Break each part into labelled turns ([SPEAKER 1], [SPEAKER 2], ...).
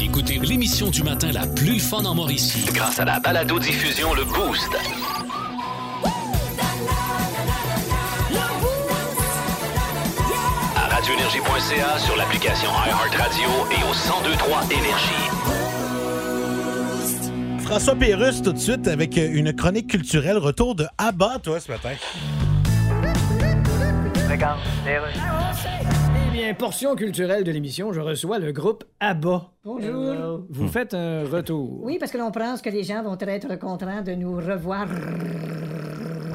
[SPEAKER 1] Écoutez l'émission du matin la plus fun en Mauricie.
[SPEAKER 2] Grâce à la balado-diffusion Le Boost. À radioénergie.ca, sur l'application iHeartRadio et au 1023 Énergie.
[SPEAKER 3] François Pérus, tout de suite, avec euh, une chronique culturelle. Retour de Abba, toi, ce matin.
[SPEAKER 4] Ah,
[SPEAKER 5] Eh bien, portion culturelle de l'émission, je reçois le groupe ABBA. Euh,
[SPEAKER 4] Bonjour.
[SPEAKER 5] Vous faites un retour.
[SPEAKER 4] Oui, parce que l'on pense que les gens vont être contents de nous revoir.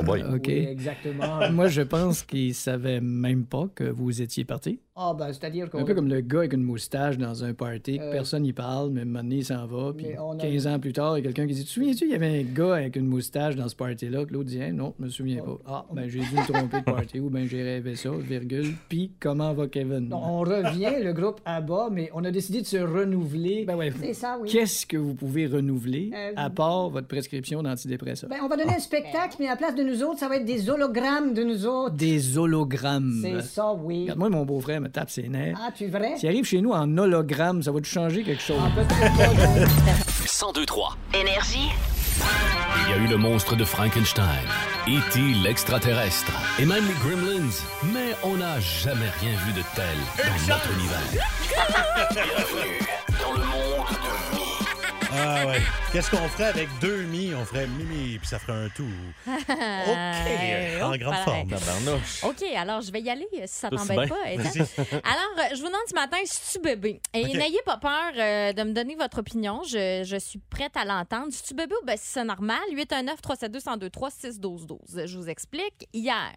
[SPEAKER 5] OK.
[SPEAKER 4] Oui, exactement.
[SPEAKER 5] Moi, je pense qu'ils savaient même pas que vous étiez parti.
[SPEAKER 4] Ah, ben, c'est-à-dire qu'on.
[SPEAKER 5] Un peu comme le gars avec une moustache dans un party, que
[SPEAKER 4] Euh.
[SPEAKER 5] personne n'y parle, mais un moment donné, il s'en va. Puis
[SPEAKER 4] Mais on a-
[SPEAKER 5] 15 ans plus tard, il y a quelqu'un qui dit Tu te souviens-tu, il y avait un gars avec une moustache dans ce party-là Que l'autre dit Hein, Non, je me souviens
[SPEAKER 4] Oh.
[SPEAKER 5] pas. Ah, ben, j'ai dû me tromper de party ou ben, j'ai rêvé ça, virgule. Puis, comment va Kevin
[SPEAKER 4] Non, On revient, le groupe ABBA, mais on a décidé de se renouveler.
[SPEAKER 5] Ben ouais.
[SPEAKER 4] C'est ça, oui.
[SPEAKER 5] Qu'est-ce que vous pouvez renouveler
[SPEAKER 4] Euh,
[SPEAKER 5] à part votre prescription d'antidépresseurs?
[SPEAKER 4] Ben, on va donner un spectacle, mais à la place de nous autres, ça va être des hologrammes de nous autres.
[SPEAKER 5] Des hologrammes.
[SPEAKER 4] C'est ça, oui.
[SPEAKER 5] Hmm. Regarde-moi, mon beau-frère me tape ses nerfs.
[SPEAKER 4] Ah, tu es vrai?
[SPEAKER 5] S'il arrive chez nous en hologramme, ça va te changer quelque chose.
[SPEAKER 4] Ah, peut-être pas, bon.
[SPEAKER 2] 1023.
[SPEAKER 6] Énergie.
[SPEAKER 1] Il y a eu le monstre de Frankenstein, E.T. l'extraterrestre et même les Gremlins, mais on n'a jamais rien vu de tel dans notre univers.
[SPEAKER 2] Dans le monde de Mi.
[SPEAKER 3] Ah ouais. Qu'est-ce qu'on ferait avec deux mi? On ferait mimi, puis ça ferait un tout. OK. en
[SPEAKER 7] hop,
[SPEAKER 3] grande
[SPEAKER 7] pareil.
[SPEAKER 3] forme.
[SPEAKER 7] OK, alors je vais y aller euh, si ça
[SPEAKER 8] Tout
[SPEAKER 7] t'embête
[SPEAKER 8] bien.
[SPEAKER 7] pas. Ethan. Alors, euh, je vous demande ce matin, suis-tu bébé? Et
[SPEAKER 3] OK.
[SPEAKER 7] n'ayez pas peur euh, de me donner votre opinion. Je, je suis prête à l'entendre. Suis-tu bébé ou ben, si c'est normal? 819 372 1023 612 12 Je vous explique. Hier,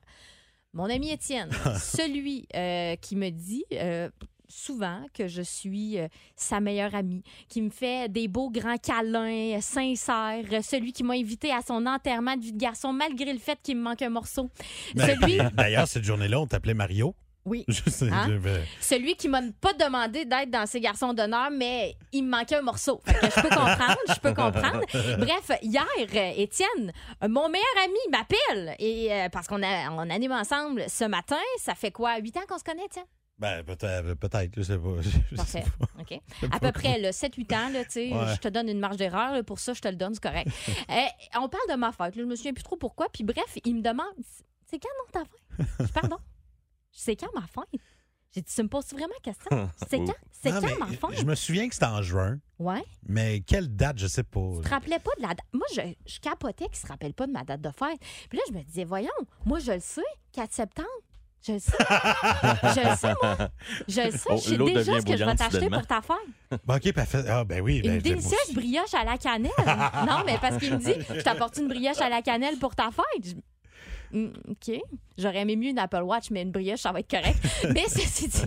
[SPEAKER 7] mon ami Étienne, celui euh, qui me dit... euh, souvent que je suis euh, sa meilleure amie, qui me fait des beaux grands câlins, euh, sincères, euh, celui qui m'a invité à son enterrement de vie de garçon malgré le fait qu'il me manque un morceau.
[SPEAKER 3] Ben,
[SPEAKER 7] celui
[SPEAKER 3] D'ailleurs, cette journée-là, on t'appelait Mario.
[SPEAKER 7] oui,
[SPEAKER 3] Je sais,
[SPEAKER 7] Hein?
[SPEAKER 3] je vais-
[SPEAKER 7] celui qui m'a pas demandé d'être dans ses garçons d'honneur, mais il me manquait un morceau. Fait que je peux comprendre, je peux comprendre. Bref, hier, euh, Étienne, euh, mon meilleur ami m'appelle et euh, parce qu'on a, on anime ensemble ce matin. Ça fait quoi, huit ans qu'on se connaît, Étienne?
[SPEAKER 3] Ben, peut-être, peut-être, je sais pas. Je sais
[SPEAKER 7] Parfait.
[SPEAKER 3] pas.
[SPEAKER 7] OK. À peu près 7-8 ans, là, tu sais,
[SPEAKER 3] Ouais.
[SPEAKER 7] je te donne une marge d'erreur. là, Pour ça, je te le donne, c'est correct. Euh, on parle de ma fête. là, je me souviens plus trop pourquoi. Puis bref, il me demande C'est quand non, ta fête Je dis, Pardon C'est quand ma fête J'ai dit Tu me poses vraiment la question C'est
[SPEAKER 8] Oui.
[SPEAKER 7] quand C'est
[SPEAKER 3] Non,
[SPEAKER 7] quand ma
[SPEAKER 3] mais
[SPEAKER 7] fête
[SPEAKER 3] Je me souviens que c'était en juin,
[SPEAKER 7] Ouais.
[SPEAKER 3] mais quelle date, je sais pas.
[SPEAKER 7] Tu te rappelais pas de la date Moi, je, je capotais qu'il se rappelle pas de ma date de fête. Puis là, je me disais Voyons, moi, je le sais, 4 septembre. Je le sais. je le sais, moi. Je le sais.
[SPEAKER 8] Oh,
[SPEAKER 7] je sais
[SPEAKER 8] l'eau
[SPEAKER 7] déjà
[SPEAKER 8] devient
[SPEAKER 7] ce que je vais
[SPEAKER 8] bouillante
[SPEAKER 7] t'acheter
[SPEAKER 8] soudainement.
[SPEAKER 7] pour ta fête.
[SPEAKER 3] Ben, OK, parfait. Ah, ben oui. Ben,
[SPEAKER 7] Une
[SPEAKER 3] j'ai-
[SPEAKER 7] délicieuse brioche à la cannelle. non, mais parce qu'il me dit, je t'apporte une brioche à la cannelle pour ta fête. Je- Mm, OK. J'aurais aimé mieux une Apple Watch, mais une brioche, ça va être correct. mais ceci dit,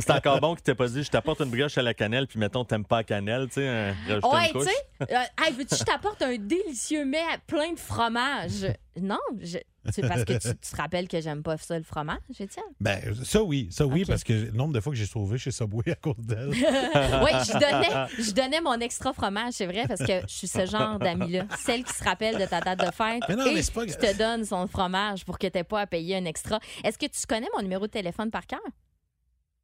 [SPEAKER 8] C'est encore bon qu'il t'ait pas dit je t'apporte une brioche à la cannelle, puis mettons, t'aimes pas la cannelle, tu sais, un- rajouter
[SPEAKER 7] ouais,
[SPEAKER 8] une
[SPEAKER 7] tu
[SPEAKER 8] couche.
[SPEAKER 7] sais, euh, hey, veux-tu que je t'apporte un délicieux mets à- plein de fromage? Non, je- c'est parce que tu, tu te rappelles que j'aime pas ça, le fromage, Étienne.
[SPEAKER 3] Ben, ça oui, ça oui,
[SPEAKER 7] OK.
[SPEAKER 3] parce que le nombre de fois que j'ai sauvé chez Subway à cause d'elle.
[SPEAKER 7] Oui, je donnais, je donnais mon extra fromage, c'est vrai, parce que je suis ce genre d'ami-là. Celle qui se rappelle de ta date de fête
[SPEAKER 3] Mais non,
[SPEAKER 7] et
[SPEAKER 3] mais c'est pas
[SPEAKER 7] qui
[SPEAKER 3] grave.
[SPEAKER 7] te donne son fromage pour que t'aies pas à payer un extra. Est-ce que tu connais mon numéro de téléphone par cœur?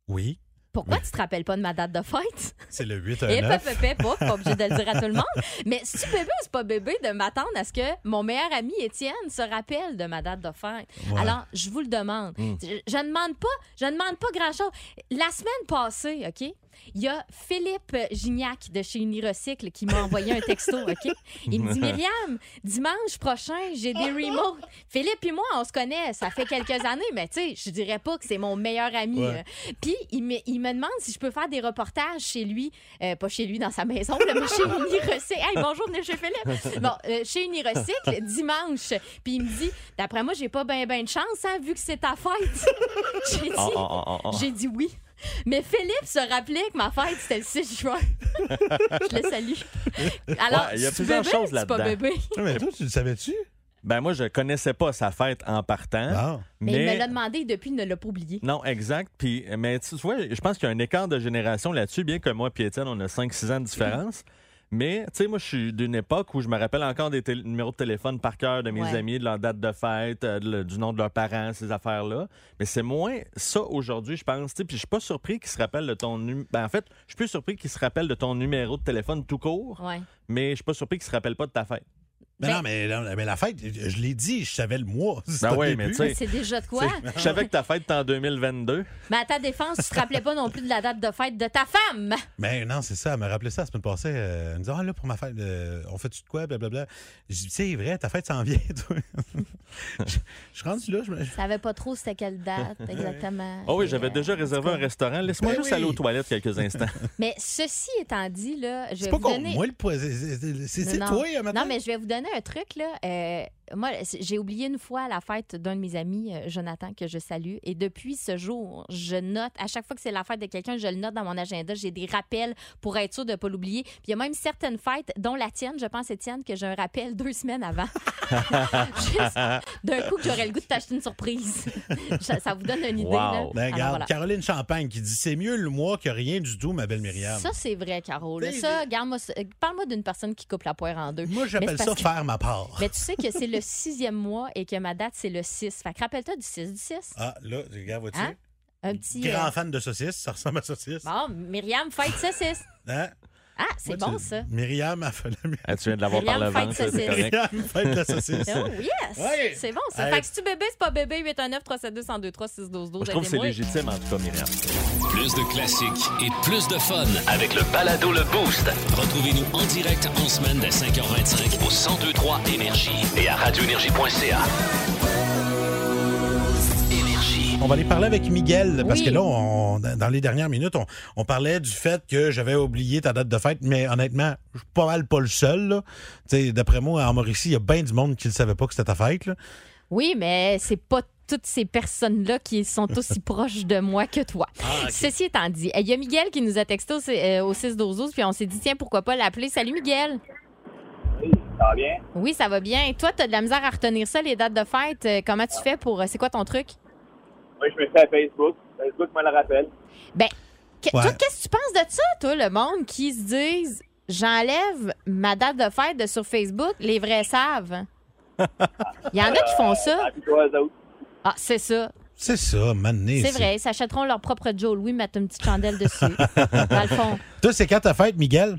[SPEAKER 3] Oui,
[SPEAKER 7] Pourquoi tu te rappelles pas de ma date de fête?
[SPEAKER 3] c'est le
[SPEAKER 7] Et pas,
[SPEAKER 3] 819.
[SPEAKER 7] pas, pas obligé de le dire à tout le monde. Mais si bébé ou c'est pas bébé de m'attendre à ce que mon meilleur ami Étienne se rappelle de ma date de fête.
[SPEAKER 3] Ouais. Hmm.
[SPEAKER 7] Alors, je vous le demande. Je, je ne demande pas, je ne demande pas grand-chose. La semaine passée, OK, il y a Philippe Gignac de chez Unirecycle qui m'a envoyé un texto, OK? Il me dit Myriam, dimanche prochain, j'ai des remotes. Philippe et moi, on se connaît, ça fait quelques années, mais tu sais, je dirais pas que c'est mon meilleur ami.
[SPEAKER 3] Ouais.
[SPEAKER 7] euh. Puis il me, il me demande si je peux faire des reportages chez lui, Euh, pas chez lui dans sa maison, là, mais chez Unirecycle. Hey, bonjour, venez chez Philippe. Bon, euh, chez Unirecycle, dimanche. Puis il me dit, d'après moi, j'ai pas bien ben de chance, hein, vu que c'est ta fête. j'ai dit,
[SPEAKER 8] Ah, ah, ah, ah, ah.
[SPEAKER 7] j'ai dit oui. Mais Philippe se rappelait que ma fête, c'était le 6 juin. je le salue. euh, Alors,
[SPEAKER 8] Ouais, il y a
[SPEAKER 7] c'est
[SPEAKER 8] plusieurs
[SPEAKER 7] bébé,
[SPEAKER 8] choses
[SPEAKER 7] c'est pas
[SPEAKER 8] là-dedans.
[SPEAKER 7] bébé.
[SPEAKER 3] Ouais, mais toi, tu le savais-tu?
[SPEAKER 8] Ben moi, je connaissais pas sa fête en partant.
[SPEAKER 3] Ah.
[SPEAKER 7] Mais, il me l'a demandé et depuis, il ne l'a pas oublié.
[SPEAKER 8] Non, exact. Puis, mais tu tu vois, je pense qu'il y a un écart de génération là-dessus, bien que moi et Étienne, on a 5-6 ans de différence. Mais, tu sais, moi, je suis d'une époque où je me rappelle encore des tél- numéros de téléphone par cœur de mes
[SPEAKER 7] Ouais.
[SPEAKER 8] amis, de leur date de fête, euh, de le- du nom de leurs parents, ces affaires-là. Mais c'est moins ça aujourd'hui, je pense. tu sais. Puis je suis pas surpris qu'ils se rappellent de ton numéro. en fait, je suis plus surpris qu'ils se rappellent de ton numéro de téléphone tout court,
[SPEAKER 7] Ouais.
[SPEAKER 8] mais je suis pas surpris qu'ils se rappellent pas de ta fête.
[SPEAKER 3] Mais
[SPEAKER 7] Ben-
[SPEAKER 3] non, mais, la- mais la fête, je l'ai dit, je savais le mois. c'était
[SPEAKER 8] Ben
[SPEAKER 3] au
[SPEAKER 8] ouais,
[SPEAKER 3] début.
[SPEAKER 8] mais tu
[SPEAKER 7] Mais
[SPEAKER 8] sais,
[SPEAKER 7] c'est déjà de quoi?
[SPEAKER 8] je savais que ta fête était en 2022.
[SPEAKER 7] Mais à ta défense, tu te rappelais pas non plus de la date de fête de ta femme.
[SPEAKER 3] Mais Ben, non, c'est ça. Elle me rappelait ça la semaine passée. euh, elle me disait, ah là, pour ma fête, euh, on fait-tu de quoi, blablabla. Je dis, c'est vrai, ta fête s'en vient, toi. je, je suis rendu là, je me...
[SPEAKER 7] Je savais pas trop c'était quelle date exactement.
[SPEAKER 8] Oh oui,
[SPEAKER 7] Et,
[SPEAKER 8] j'avais
[SPEAKER 7] euh,
[SPEAKER 8] déjà réservé un restaurant. Laisse-moi
[SPEAKER 3] Ben
[SPEAKER 8] juste
[SPEAKER 3] oui.
[SPEAKER 8] aller aux toilettes quelques instants.
[SPEAKER 7] Mais ceci étant dit, là, je
[SPEAKER 3] C'est
[SPEAKER 7] vais
[SPEAKER 3] pas
[SPEAKER 7] vous
[SPEAKER 3] contre
[SPEAKER 7] donner...
[SPEAKER 3] moi le poids. c'est- c'est- C'est
[SPEAKER 7] Non,
[SPEAKER 3] c'est
[SPEAKER 7] non.
[SPEAKER 3] toi, euh, maintenant.
[SPEAKER 7] Non, mais je vais vous donner un truc, là. Euh, moi, c'est- j'ai oublié une fois à la fête d'un de mes amis, euh, Jonathan, que je salue. Et depuis ce jour, je note, à chaque fois que c'est la fête de quelqu'un, je le note dans mon agenda. J'ai des rappels pour être sûr de ne pas l'oublier. Puis il y a même certaines fêtes, dont la tienne, je pense, Étienne, que j'ai un rappel deux semaines avant.
[SPEAKER 3] hein.
[SPEAKER 7] Juste d'un coup que j'aurais le goût de t'acheter une surprise. ça, ça vous donne une idée,
[SPEAKER 8] Wow.
[SPEAKER 7] là.
[SPEAKER 3] Ben,
[SPEAKER 7] Alors,
[SPEAKER 3] regarde,
[SPEAKER 7] voilà.
[SPEAKER 3] Caroline Champagne qui dit c'est mieux le mois que rien du tout, ma belle Myriam.
[SPEAKER 7] Ça, c'est vrai, Caro. là.
[SPEAKER 3] T'sais,
[SPEAKER 7] Ça, garde-moi ça. Euh, Parle-moi d'une personne qui coupe la poire en deux.
[SPEAKER 3] Moi,
[SPEAKER 7] Mais
[SPEAKER 3] j'appelle
[SPEAKER 7] c'est
[SPEAKER 3] ça
[SPEAKER 7] parce que-
[SPEAKER 3] faire ma part.
[SPEAKER 7] Mais tu sais que c'est le sixième mois et que ma date, c'est le 6. Fait que rappelle-toi du 6 du 6.
[SPEAKER 3] Ah, là, regarde, vois-tu?
[SPEAKER 7] Hein? Un petit.
[SPEAKER 3] Grand
[SPEAKER 7] euh,
[SPEAKER 3] fan de saucisse, ça ressemble à saucisse.
[SPEAKER 7] Bon, Myriam, fête saucisse.
[SPEAKER 3] Hein?
[SPEAKER 7] Ah, c'est
[SPEAKER 3] Moi,
[SPEAKER 7] bon,
[SPEAKER 3] tu-
[SPEAKER 7] ça.
[SPEAKER 3] Myriam a fait la
[SPEAKER 8] Ah, tu viens de l'avoir par le
[SPEAKER 7] Myriam, fête
[SPEAKER 8] ventre, là, c'est
[SPEAKER 7] saucisse.
[SPEAKER 8] correct.
[SPEAKER 3] Myriam fait de la saucisse.
[SPEAKER 7] Oh, yes!
[SPEAKER 3] Ouais.
[SPEAKER 7] C'est bon, ça.
[SPEAKER 3] Hey.
[SPEAKER 7] Fait que si tu bébé, c'est pas bébé. 819 372 1023 612
[SPEAKER 8] Moi,
[SPEAKER 7] 12
[SPEAKER 8] je trouve que c'est légitime, en tout cas, Myriam.
[SPEAKER 1] Plus de classiques et plus de fun.
[SPEAKER 2] Avec le balado Le Boost
[SPEAKER 1] Retrouvez-nous en direct en semaine dès 5h25
[SPEAKER 2] au 1023 Énergie et à radioénergie.ca. Énergie.
[SPEAKER 3] On va aller parler avec Miguel, parce
[SPEAKER 7] Oui.
[SPEAKER 3] que là, on- dans les dernières minutes, on, on parlait du fait que j'avais oublié ta date de fête, mais honnêtement, je suis pas mal pas le seul. là. Tu sais, D'après moi, en Mauricie, il y a bien du monde qui ne savait pas que c'était ta fête. là.
[SPEAKER 7] Oui, mais c'est pas toutes ces personnes-là qui sont aussi proches de moi que toi.
[SPEAKER 8] Ah,
[SPEAKER 7] Ceci étant dit, il y a Miguel qui nous a texté au, c- euh, au 6 12 12 puis on s'est dit, tiens, pourquoi pas l'appeler. Salut, Miguel.
[SPEAKER 6] Ça va bien?
[SPEAKER 7] Oui, ça va bien. Toi, t'as de la misère à retenir ça, les dates de fête. Euh, Comment tu fais pour... euh, C'est quoi ton truc?
[SPEAKER 6] Moi, je me fais à Facebook. Facebook me le rappelle.
[SPEAKER 7] Ben, Que-
[SPEAKER 3] Ouais.
[SPEAKER 7] toi, qu'est-ce que tu penses de ça, toi, le monde qui se disent j'enlève ma date de fête de sur Facebook, les vrais savent. Il y en a qui font ça.
[SPEAKER 6] Ah, puis toi, eux autres.
[SPEAKER 7] Ah, c'est ça.
[SPEAKER 3] C'est ça, mané.
[SPEAKER 7] C'est vrai. Ils s'achèteront leur propre Joe Louis, mettre une petite chandelle dessus. Dans le fond.
[SPEAKER 3] Toi, c'est quand ta fête, Miguel?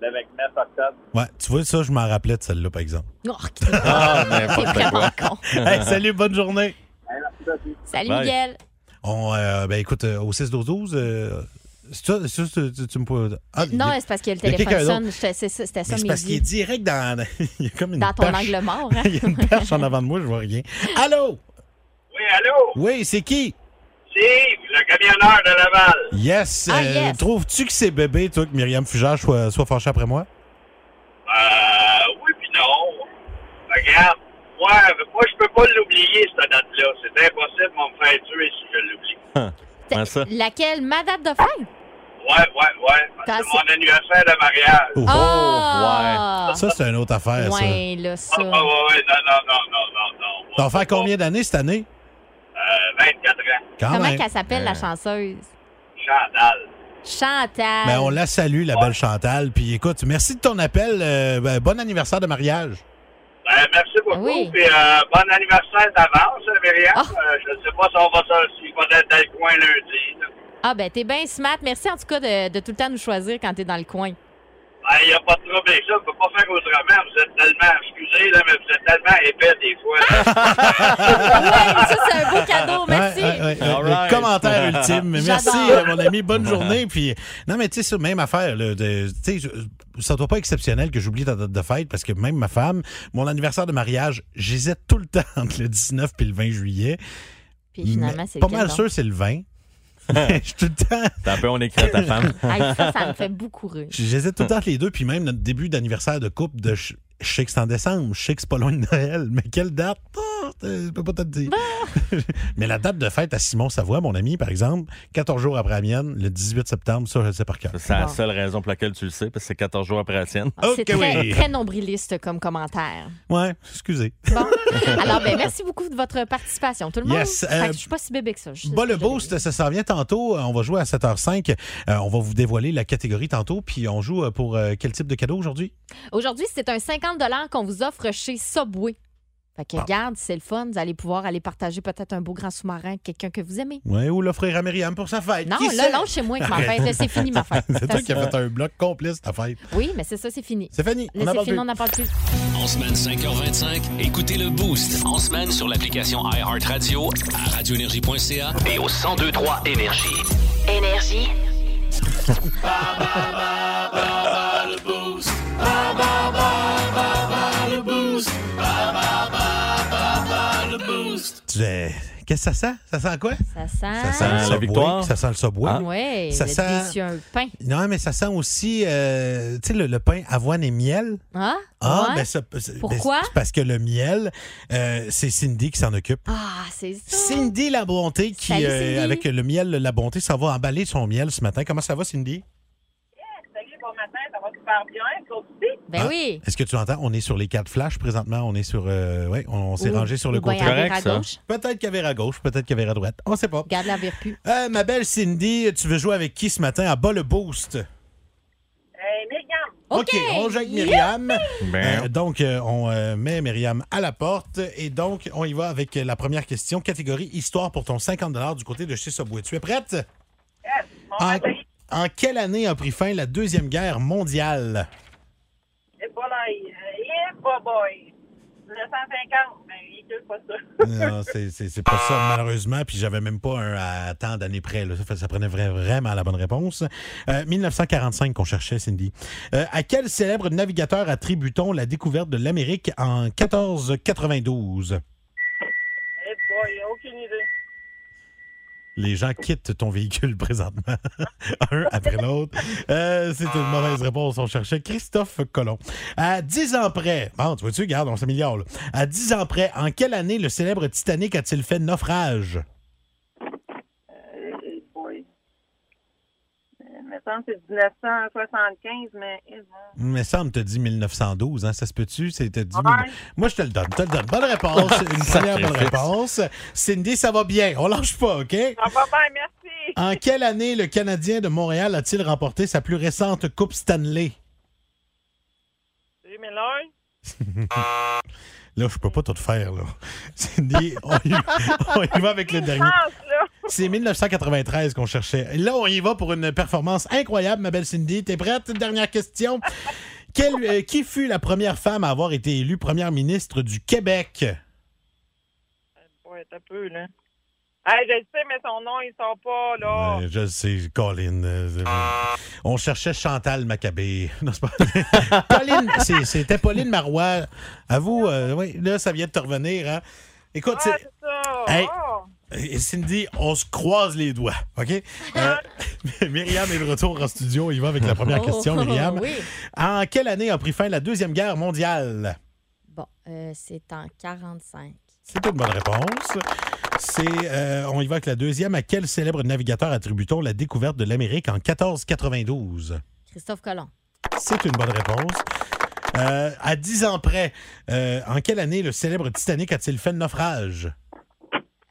[SPEAKER 6] Le 29 octobre.
[SPEAKER 3] Ouais, tu vois, ça, je m'en rappelais de celle-là, par exemple.
[SPEAKER 7] Oh, t'es
[SPEAKER 9] Ah,
[SPEAKER 7] vraiment con.
[SPEAKER 3] Ah, Hey, salut, bonne journée.
[SPEAKER 6] Hein, merci, merci.
[SPEAKER 7] Salut,
[SPEAKER 8] Bye.
[SPEAKER 7] Miguel.
[SPEAKER 3] On, euh, ben écoute, euh, au 6-12-12, euh, c'est ça, c'est ça, tu, tu- tu me peux. Ah, il y a-
[SPEAKER 7] Non, c'est parce que le
[SPEAKER 3] y a
[SPEAKER 7] téléphone
[SPEAKER 3] quelqu'un
[SPEAKER 7] sonne. J'étais- c'est ça- C'était ça,
[SPEAKER 3] mais c'est
[SPEAKER 7] mes
[SPEAKER 3] parce qu'il est
[SPEAKER 7] yeux.
[SPEAKER 3] direct dans. il y a comme une
[SPEAKER 7] Dans ton
[SPEAKER 3] perche.
[SPEAKER 7] angle mort. hein.
[SPEAKER 3] il y a une perche en avant de moi, je vois rien. Allô?
[SPEAKER 6] Oui, allô?
[SPEAKER 3] Oui, c'est qui?
[SPEAKER 6] Steve, le camionneur de Laval.
[SPEAKER 3] Yes.
[SPEAKER 7] Ah,
[SPEAKER 3] euh,
[SPEAKER 7] yes.
[SPEAKER 3] Trouves-tu que c'est bébé, toi, que Myriam Fugère soit, soit fâchée après moi?
[SPEAKER 6] Euh, oui, puis non. Regarde, moi, moi je peux pas l'oublier, cette date-là. C'est impossible, on va me faire tuer si je l'oublie.
[SPEAKER 8] Comment ça?
[SPEAKER 7] Laquelle? Ma date de fête?
[SPEAKER 6] Ouais, ouais, ouais. parce
[SPEAKER 7] T'as
[SPEAKER 6] que C'est mon anniversaire de mariage.
[SPEAKER 3] Oh,
[SPEAKER 7] Ah!
[SPEAKER 3] Ça, c'est une autre affaire, ça.
[SPEAKER 7] Ouais, là,
[SPEAKER 6] Ah,
[SPEAKER 7] ça.
[SPEAKER 6] ouais, ouais, ouais, non, non, non, non, non, non.
[SPEAKER 3] T'en vas faire combien d'années cette année?
[SPEAKER 6] Euh, 24 ans.
[SPEAKER 3] Quand
[SPEAKER 7] Comment
[SPEAKER 3] même. Euh.
[SPEAKER 7] qu'elle s'appelle, la chanceuse?
[SPEAKER 6] Chantal.
[SPEAKER 7] Chantal.
[SPEAKER 3] Ben, on la salue, la belle Chantal. Puis écoute, merci de ton appel. euh, ben, bon anniversaire de mariage.
[SPEAKER 6] Ben, merci beaucoup.
[SPEAKER 7] Ah Oui. Ah.
[SPEAKER 6] Puis, euh, bon anniversaire d'avance, Myriam. Euh, je ne sais pas si on va, se- s'il va être dans le coin lundi. là.
[SPEAKER 7] Ah ben t'es bien smart. Merci en tout cas de, de tout le temps nous choisir quand t'es dans le coin.
[SPEAKER 6] Ben, il n'y a pas de trouble avec ça. On ne peut pas faire autrement. Vous êtes tellement, excusez, là, mais vous êtes tellement épais des fois.
[SPEAKER 7] Ouais, ça c'est un beau cadeau, merci.
[SPEAKER 3] Ouais, ouais, ouais, ouais.
[SPEAKER 8] All right.
[SPEAKER 3] Commentaire ultime. Merci,
[SPEAKER 7] J'adore.
[SPEAKER 3] euh, mon ami. Bonne journée. Puis, non, mais tu sais, c'est même affaire. Là, de, tu sais, je- ça ne doit pas être exceptionnel que j'oublie ta date de fête parce que même ma femme, mon anniversaire de mariage, j'hésite tout le temps entre le 19 puis le 20 juillet.
[SPEAKER 7] Puis finalement c'est
[SPEAKER 3] Mais pas
[SPEAKER 7] lequel,
[SPEAKER 3] mal
[SPEAKER 7] donc?
[SPEAKER 3] sûr, c'est le 20. Mais je suis tout le temps-
[SPEAKER 8] T'as un peu, on écrit à ta femme.
[SPEAKER 7] Hey, ça, ça me fait beaucoup rire.
[SPEAKER 3] J'hésite
[SPEAKER 7] Hmm.
[SPEAKER 3] tout le temps entre les deux. Puis même notre début d'anniversaire de couple, de, je je sais que c'est en décembre, je sais que c'est pas loin de Noël, mais quelle date? Ah, euh, je peux pas te le dire.
[SPEAKER 7] Ah!
[SPEAKER 3] Mais la date de fête à Simon Savoie, mon ami, par exemple, 14 jours après la mienne, le 18 septembre, ça, je le sais par cœur.
[SPEAKER 8] C'est la seule raison pour laquelle tu le sais, parce que c'est 14 jours après la tienne.
[SPEAKER 7] Ah, C'est
[SPEAKER 3] Ok,
[SPEAKER 7] très,
[SPEAKER 3] oui.
[SPEAKER 7] très nombriliste comme commentaire.
[SPEAKER 3] Ouais, excusez.
[SPEAKER 7] Bon. Alors, ben, merci beaucoup de votre participation, tout le monde.
[SPEAKER 3] Yes, euh,
[SPEAKER 7] Fait que je suis pas si bébé que ça. je sais
[SPEAKER 3] Bas
[SPEAKER 7] ce que
[SPEAKER 3] le
[SPEAKER 7] j'allais
[SPEAKER 3] boost,
[SPEAKER 7] dire.
[SPEAKER 3] ça s'en vient tantôt. Euh, On va jouer à 7h05. Euh, on va vous dévoiler la catégorie tantôt. Puis on joue euh, pour euh, quel type de cadeau aujourd'hui?
[SPEAKER 7] Aujourd'hui, c'est un 50 qu'on vous offre chez Subway. Fait que, regarde, c'est le fun. Vous allez pouvoir aller partager peut-être un beau grand sous-marin avec quelqu'un que vous aimez.
[SPEAKER 3] Ouais, ou l'offrir à Myriam pour sa fête.
[SPEAKER 7] Non,
[SPEAKER 3] Qui
[SPEAKER 7] là,
[SPEAKER 3] sait?
[SPEAKER 7] non, chez moi avec ma fête. Là, C'est fini, ma fête.
[SPEAKER 3] C'est toi
[SPEAKER 7] Parce-
[SPEAKER 3] qui as fait un bloc complet, cette fête.
[SPEAKER 7] Oui, mais c'est ça, c'est fini.
[SPEAKER 3] C'est fini. on en
[SPEAKER 7] Là, c'est
[SPEAKER 3] parle
[SPEAKER 7] fini,
[SPEAKER 3] plus.
[SPEAKER 7] on n'a pas plus.
[SPEAKER 1] En semaine 5h25, écoutez le Boost.
[SPEAKER 2] En semaine sur l'application iHeartRadio
[SPEAKER 1] à radioénergie.ca.
[SPEAKER 2] et au 1023 Énergie.
[SPEAKER 10] Énergie.
[SPEAKER 3] Tu dis, Qu'est-ce que ça sent? Ça sent quoi?
[SPEAKER 7] Ça sent.
[SPEAKER 3] Ça sent
[SPEAKER 8] la
[SPEAKER 3] le Subway,
[SPEAKER 8] victoire.
[SPEAKER 3] Ça sent le subway.
[SPEAKER 8] Ah.
[SPEAKER 7] Oui,
[SPEAKER 3] Ça
[SPEAKER 7] le
[SPEAKER 3] sent-
[SPEAKER 7] délicieux pain.
[SPEAKER 3] Non, mais ça sent aussi, euh, tu sais, le, le pain avoine et miel.
[SPEAKER 7] Ah?
[SPEAKER 3] Ah,
[SPEAKER 7] ouais.
[SPEAKER 3] ben ça- c'est- ben,
[SPEAKER 7] Pourquoi?
[SPEAKER 3] c'est parce que le miel, euh, c'est Cindy qui s'en occupe.
[SPEAKER 7] Ah, c'est ça.
[SPEAKER 3] Cindy La Bonté, qui,
[SPEAKER 7] Salut,
[SPEAKER 3] euh,
[SPEAKER 7] Cindy.
[SPEAKER 3] avec le miel La Bonté, s'en va emballer son miel ce matin. Comment ça va, Cindy?
[SPEAKER 11] Salut, bon matin, ça va super bien. Toi aussi?
[SPEAKER 7] Ben
[SPEAKER 3] Ah,
[SPEAKER 7] oui.
[SPEAKER 3] Est-ce que tu entends? On est sur les quatre flashs présentement. On est sur. euh, ouais, on, on s'est
[SPEAKER 7] Ou-
[SPEAKER 3] rangé sur le
[SPEAKER 7] ou ben,
[SPEAKER 3] côté.
[SPEAKER 7] à
[SPEAKER 8] Correct,
[SPEAKER 7] vers à
[SPEAKER 8] ça.
[SPEAKER 7] gauche.
[SPEAKER 3] Peut-être qu'elle verra à gauche, peut-être qu'elle verra à droite. On sait pas.
[SPEAKER 7] Garde la vertu.
[SPEAKER 3] Euh, ma belle Cindy, tu veux jouer avec qui ce matin? À bas le boost.
[SPEAKER 11] Hey, Mégane,
[SPEAKER 3] OK, on joue avec Myriam.
[SPEAKER 8] Ben,
[SPEAKER 3] Euh, donc, euh, on euh, met Myriam à la porte. Et donc, on y va avec euh, la première question. Catégorie Histoire pour ton 50 du côté de chez Subway. Tu es prête?
[SPEAKER 11] yes, mon
[SPEAKER 3] En,
[SPEAKER 11] matin,
[SPEAKER 3] en quelle année a pris fin la Deuxième Guerre mondiale?
[SPEAKER 11] et voilà, et boy, boy. 950, mais il ne pas ça.
[SPEAKER 3] Non, c'est- c'est c'est pas ça, malheureusement. Puis j'avais même pas un à tant d'années près. là. Ça, fait- ça prenait vra- vraiment la bonne réponse. Euh, 1945 qu'on cherchait, Cindy. Euh, à quel célèbre navigateur attribue-t-on la découverte de l'Amérique en 1492?
[SPEAKER 11] Et boy, aucune idée.
[SPEAKER 3] Les gens quittent ton véhicule présentement, un après l'autre. Euh, c'est une mauvaise réponse. On cherchait Christophe Colomb. À 10 ans près, bon, tu vois-tu, regarde, on s'améliore. là. À 10 ans près, en quelle année le célèbre Titanic a-t-il fait naufrage?
[SPEAKER 11] Et boy. Euh, me semble que c'est 1975, mais eh, bon.
[SPEAKER 3] Il me semble que tu dit 1912, hein, ça se peut-tu? C'est t'as dit
[SPEAKER 11] Ouais.
[SPEAKER 3] mille- Moi, je te le donne, te le donne. Bonne réponse, une première bonne réponse. Cindy, ça va bien, on lâche pas, OK?
[SPEAKER 11] Ça va bien, merci.
[SPEAKER 3] En quelle année le Canadien de Montréal a-t-il remporté sa plus récente Coupe Stanley?
[SPEAKER 11] 2001,
[SPEAKER 3] Là, je peux pas tout faire, là. Cindy, on y, on y va avec le dernier.
[SPEAKER 11] chance, là.
[SPEAKER 3] C'est 1993 qu'on cherchait. Là, on y va pour une performance incroyable, ma belle Cindy. T'es prête? Dernière question. Quelle- euh, qui fut la première femme à avoir été élue première ministre du Québec?
[SPEAKER 11] Ouais, t'as peu, là. Hey, je le sais, mais son nom, il sort pas, là.
[SPEAKER 3] Ouais, Euh, je le sais, Colin. euh, c'est- On cherchait Chantal Maccabé. Non, c'est pas... Colin, c'est- c'était Pauline Marois. Avoue, euh, oui, là, ça vient de te revenir. hein. Écoute,
[SPEAKER 11] ah,
[SPEAKER 3] c'est-
[SPEAKER 11] c'est ça.
[SPEAKER 3] Hey.
[SPEAKER 11] Oh.
[SPEAKER 3] Et Cindy, on se croise les doigts, OK? Euh, Myriam est de retour en studio. Il va avec la première
[SPEAKER 7] Oh,
[SPEAKER 3] question, Myriam.
[SPEAKER 7] Oui.
[SPEAKER 3] En quelle année a pris fin la Deuxième Guerre mondiale?
[SPEAKER 7] Bon, euh, c'est en 45.
[SPEAKER 3] C'est une bonne réponse. C'est, euh, on y va avec la deuxième. À quel célèbre navigateur attribue-t-on la découverte de l'Amérique en 1492?
[SPEAKER 7] Christophe Colomb.
[SPEAKER 3] C'est une bonne réponse. Euh, à 10 ans près, euh, en quelle année le célèbre Titanic a-t-il fait le naufrage?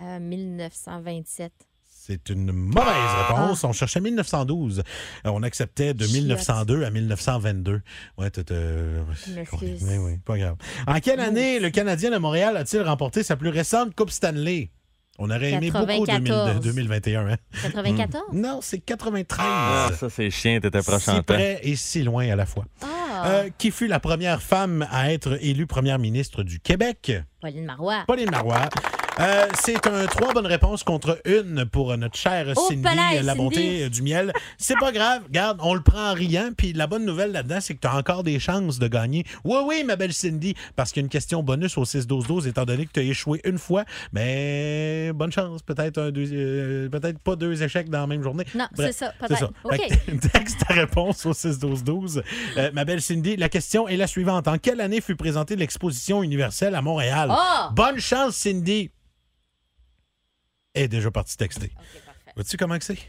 [SPEAKER 7] Euh, 1927.
[SPEAKER 3] C'est une mauvaise réponse. On cherchait 1912. Euh, on acceptait de
[SPEAKER 7] Chiotte.
[SPEAKER 3] 1902 à 1922. Ouais, t'as- t'as-
[SPEAKER 7] Je
[SPEAKER 3] Oui,
[SPEAKER 7] m'excuse.
[SPEAKER 3] oui, pas grave. En quelle année le Canadien de Montréal a-t-il remporté sa plus récente Coupe Stanley? On aurait aimé beaucoup 2000
[SPEAKER 7] 94.
[SPEAKER 3] 2021. hein?
[SPEAKER 7] 94?
[SPEAKER 3] Non, c'est 93.
[SPEAKER 8] ah, ça, c'est chiant, t'étais proche en
[SPEAKER 3] si
[SPEAKER 8] temps.
[SPEAKER 3] près et si loin à la fois.
[SPEAKER 7] Ah!
[SPEAKER 3] Euh, qui fut la première femme à être élue première ministre du Québec?
[SPEAKER 7] Pauline Marois.
[SPEAKER 3] Pauline Marois. Euh, c'est un trois bonnes réponses contre une pour euh, notre chère
[SPEAKER 7] Oh,
[SPEAKER 3] Cindy,
[SPEAKER 7] palais,
[SPEAKER 3] euh, la
[SPEAKER 7] Cindy.
[SPEAKER 3] bonté euh, du miel. C'est pas grave, garde, on le prend en riant. Puis la bonne nouvelle là-dedans, c'est que tu as encore des chances de gagner. Oui, oui, ma belle Cindy, parce qu'il y a une question bonus au 6-12-12, étant donné que tu as échoué une fois. Mais bonne chance, peut-être un deuxi- euh, peut-être pas deux échecs dans la même journée.
[SPEAKER 7] Non,
[SPEAKER 3] Bref,
[SPEAKER 7] c'est ça,
[SPEAKER 3] c'est
[SPEAKER 7] peut-être.
[SPEAKER 3] ça.
[SPEAKER 7] OK.
[SPEAKER 3] Fait que Texte ta réponse au 6-12-12. Euh, ma belle Cindy, la question est la suivante. En quelle année fut présentée l'exposition universelle à Montréal?
[SPEAKER 7] Ah!
[SPEAKER 3] Bonne chance, Cindy! Est déjà partie texter. Vois-tu comment que c'est?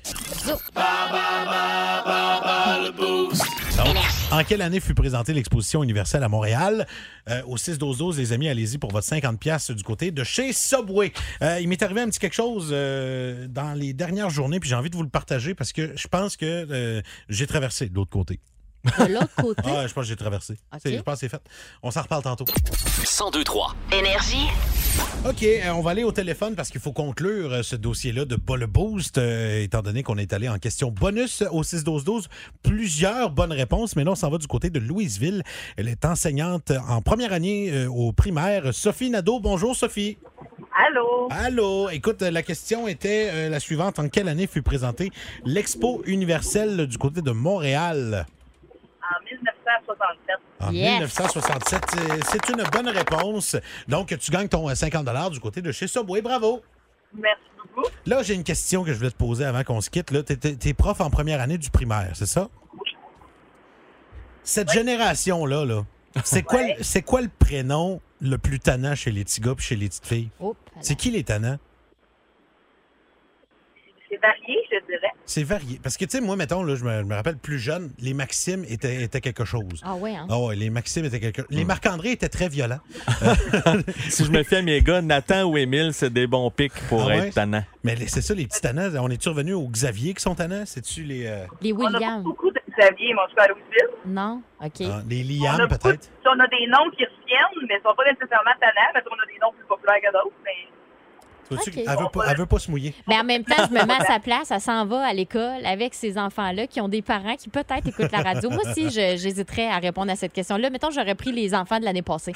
[SPEAKER 3] En quelle année fut présentée l'exposition universelle à Montréal? Euh, au 6-12-12, les amis, allez-y pour votre 50$ du côté de chez Subway. Euh, il m'est arrivé un petit quelque chose euh, dans les dernières journées, puis j'ai envie de vous le partager parce que je pense que euh, j'ai traversé de l'autre côté.
[SPEAKER 7] De l'autre côté,
[SPEAKER 3] Ah, je pense que j'ai traversé.
[SPEAKER 7] Ok.
[SPEAKER 3] C'est- Je pense que c'est fait. On s'en reparle tantôt.
[SPEAKER 2] 1023.
[SPEAKER 10] Énergie.
[SPEAKER 3] OK, euh, on va aller au téléphone parce qu'il faut conclure euh, ce dossier-là de bas le boost, euh, étant donné qu'on est allé en question bonus au 6-12-12. Plusieurs bonnes réponses, mais là, on s'en va du côté de Louisville. Elle est enseignante en première année euh, au primaire. Sophie Nadeau, bonjour Sophie.
[SPEAKER 11] Allô?
[SPEAKER 3] Allô, écoute, euh, la question était euh, la suivante. En quelle année fut présentée l'Expo universelle du côté de Montréal?
[SPEAKER 11] En 1967.
[SPEAKER 3] En
[SPEAKER 7] Yes.
[SPEAKER 3] 1967, Euh, c'est une bonne réponse. Donc, tu gagnes ton euh, 50 du côté de chez Subway. Bravo!
[SPEAKER 11] Merci beaucoup.
[SPEAKER 3] Là, j'ai une question que je voulais te poser avant qu'on se quitte. Là, t'es, t'es- t'es prof en première année du primaire, c'est ça? Cette génération-là, là, c'est, quoi, le- c'est quoi le prénom le plus tannant chez les petits gars et chez les petites filles?
[SPEAKER 7] Oups,
[SPEAKER 3] C'est qui les tannants?
[SPEAKER 11] C'est varié, je dirais.
[SPEAKER 3] C'est varié. Parce que, tu sais, moi, mettons, là, je, me, je me rappelle plus jeune, les Maximes étaient, étaient quelque chose.
[SPEAKER 7] Ah ouais, hein?
[SPEAKER 3] Ah ouais, les Maximes étaient quelque chose. Les Marc-André étaient très violents.
[SPEAKER 8] Si je me fie à mes gars, Nathan ou Émile, c'est des bons pics pour
[SPEAKER 3] Ah ouais?
[SPEAKER 8] être tannant.
[SPEAKER 3] Mais les- c'est ça, les petits tannants. On est-tu revenu aux Xavier qui sont tannants? C'est-tu les, euh,
[SPEAKER 7] Les
[SPEAKER 11] On a pas
[SPEAKER 7] Williams.
[SPEAKER 11] beaucoup de Xavier, mon frère Louisville.
[SPEAKER 7] Non? OK.
[SPEAKER 3] hein, les
[SPEAKER 11] on, a
[SPEAKER 3] Liam,
[SPEAKER 11] beaucoup
[SPEAKER 3] peut-être?
[SPEAKER 11] de- on a des noms qui reviennent, mais ils sont pas nécessairement tannants, parce qu'on a des noms plus populaires que d'autres. Mais
[SPEAKER 3] Tu vois-tu
[SPEAKER 7] Ok.
[SPEAKER 3] qu'elle veut pas- elle veut pas se mouiller.
[SPEAKER 7] Mais Ben, en même temps, je me mets à sa place. Elle s'en va à l'école avec ces enfants-là qui ont des parents qui peut-être écoutent la radio. Moi aussi, je- j'hésiterais à répondre à cette question-là. Mettons, j'aurais pris les enfants de l'année passée.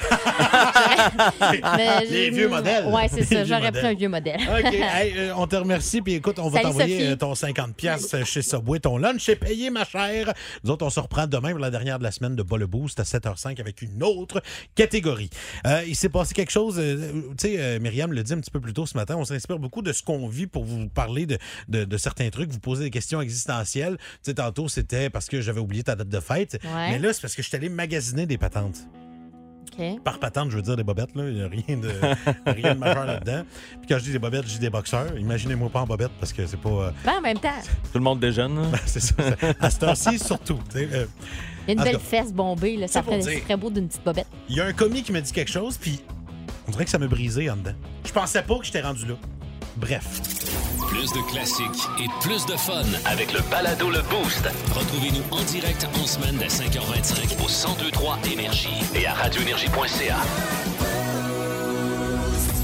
[SPEAKER 7] Mais
[SPEAKER 3] Les
[SPEAKER 7] je-
[SPEAKER 3] vieux modèles.
[SPEAKER 7] Ouais, c'est
[SPEAKER 3] Les
[SPEAKER 7] ça.
[SPEAKER 3] vieux
[SPEAKER 7] J'aurais pris
[SPEAKER 3] modèles.
[SPEAKER 7] un vieux modèle.
[SPEAKER 3] OK. Hey, euh, on te remercie. Puis écoute, on va
[SPEAKER 7] Salut,
[SPEAKER 3] t'envoyer
[SPEAKER 7] Sophie.
[SPEAKER 3] euh, ton 50$ piastres chez Subway. Ton lunch est payé, ma chère. Nous autres, on se reprend demain pour la dernière de la semaine de Bas le Boost à 7h05 avec une autre catégorie. Euh, il s'est passé quelque chose. euh, tu sais, euh, Myriam le dit un petit peu plus tôt ce matin. On s'inspire beaucoup de ce qu'on vit pour vous parler de, de- de certains trucs, vous poser des questions existentielles. Tu sais, tantôt, c'était parce que j'avais oublié ta date de fête.
[SPEAKER 7] Ouais.
[SPEAKER 3] Mais là, c'est parce que je suis allé magasiner des patentes
[SPEAKER 7] OK.
[SPEAKER 3] par patente, je veux dire des bobettes, là. Il n'y a rien de, rien de majeur là-dedans. Puis quand je dis des bobettes, je dis des boxeurs. Imaginez-moi pas en bobette parce que c'est pas. euh,
[SPEAKER 7] Ben, en même temps,
[SPEAKER 8] Tout le monde déjeune. là.
[SPEAKER 3] c'est ça. c'est- À cette heure-ci, surtout. tu sais, euh,
[SPEAKER 7] il y a une
[SPEAKER 3] En tout
[SPEAKER 7] belle
[SPEAKER 3] cas,
[SPEAKER 7] fesse bombée. Là, ça
[SPEAKER 3] c'est pour
[SPEAKER 7] ferait
[SPEAKER 3] dire.
[SPEAKER 7] c'est très beau d'une petite bobette.
[SPEAKER 3] Il y a un commis qui m'a dit quelque chose, puis on dirait que ça me brisait en dedans. Je pensais pas que j'étais rendu là. Bref.
[SPEAKER 1] Plus de classiques et plus de fun.
[SPEAKER 2] Avec le balado Le Boost
[SPEAKER 1] Retrouvez-nous en direct en semaine dès 5h25
[SPEAKER 2] au 1023 Énergie et à radioénergie.ca.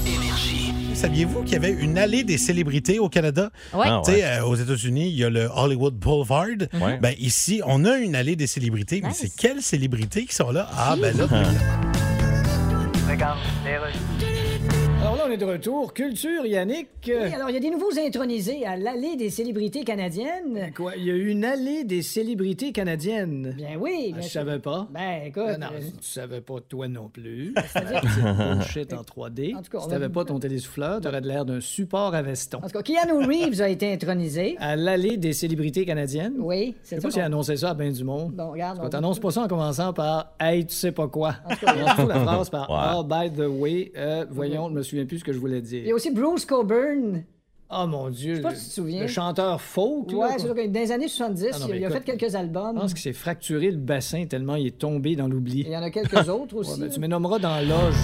[SPEAKER 2] Énergie.
[SPEAKER 3] Saviez-vous qu'il y avait une allée des célébrités au Canada?
[SPEAKER 7] Ouais.
[SPEAKER 8] Ah
[SPEAKER 3] Tu sais, euh, aux États-Unis, il y a le Hollywood Boulevard.
[SPEAKER 8] Ouais.
[SPEAKER 3] Ben, ici, on a une allée des célébrités. Mais
[SPEAKER 7] Nice.
[SPEAKER 3] c'est quelles célébrités qui sont là? Ah, ben là,
[SPEAKER 5] Alors là, on est de retour. Culture, Yannick. euh,
[SPEAKER 4] Oui, alors il y a des nouveaux intronisés à l'allée des célébrités canadiennes.
[SPEAKER 5] Ben, Quoi? Il y a eu une allée des célébrités canadiennes.
[SPEAKER 4] Bien Ben oui,
[SPEAKER 5] Ah,
[SPEAKER 4] bien
[SPEAKER 5] je
[SPEAKER 4] sûr.
[SPEAKER 5] savais pas.
[SPEAKER 4] Ben
[SPEAKER 5] Ah
[SPEAKER 4] écoute,
[SPEAKER 5] non,
[SPEAKER 4] euh,
[SPEAKER 5] tu savais pas toi non plus. C'est-à-dire bullshit en 3D.
[SPEAKER 4] En tout cas, on
[SPEAKER 5] si
[SPEAKER 4] a-
[SPEAKER 5] t'avais pas ton télésouffleur, t'aurais de l'air d'un support à veston.
[SPEAKER 4] en tout cas, Keanu Reeves a été intronisé.
[SPEAKER 5] À l'allée des célébrités canadiennes.
[SPEAKER 4] Oui,
[SPEAKER 5] Je
[SPEAKER 4] c'est
[SPEAKER 5] sais
[SPEAKER 4] ça.
[SPEAKER 5] pas si
[SPEAKER 4] qu'on-
[SPEAKER 5] annoncé ça à ben du monde.
[SPEAKER 4] Bon, regarde.
[SPEAKER 5] Quand
[SPEAKER 4] on-
[SPEAKER 5] t'annonces pas ça en commençant par Hey, tu sais pas quoi. Commence pas la phrase par Oh, by the way, euh, voyons,
[SPEAKER 4] Mm-hmm.
[SPEAKER 5] je me souviens plus ce que je voulais
[SPEAKER 4] Il y a
[SPEAKER 5] dire.
[SPEAKER 4] aussi Bruce Coburn.
[SPEAKER 5] Oh mon Dieu. Je
[SPEAKER 4] sais pas si tu te souviens.
[SPEAKER 5] Le chanteur folk, là,
[SPEAKER 4] Ouais, c'est
[SPEAKER 5] quoi.
[SPEAKER 4] sûr que dans les années 70,
[SPEAKER 5] Ah non,
[SPEAKER 4] il a-
[SPEAKER 5] mais
[SPEAKER 4] il a fait
[SPEAKER 5] écoute,
[SPEAKER 4] quelques albums.
[SPEAKER 5] Je pense qu'il s'est fracturé le bassin tellement il est tombé dans l'oubli.
[SPEAKER 4] Il y en a quelques autres
[SPEAKER 5] Ouais,
[SPEAKER 4] aussi.
[SPEAKER 5] ben, tu me nommeras dans l'oge.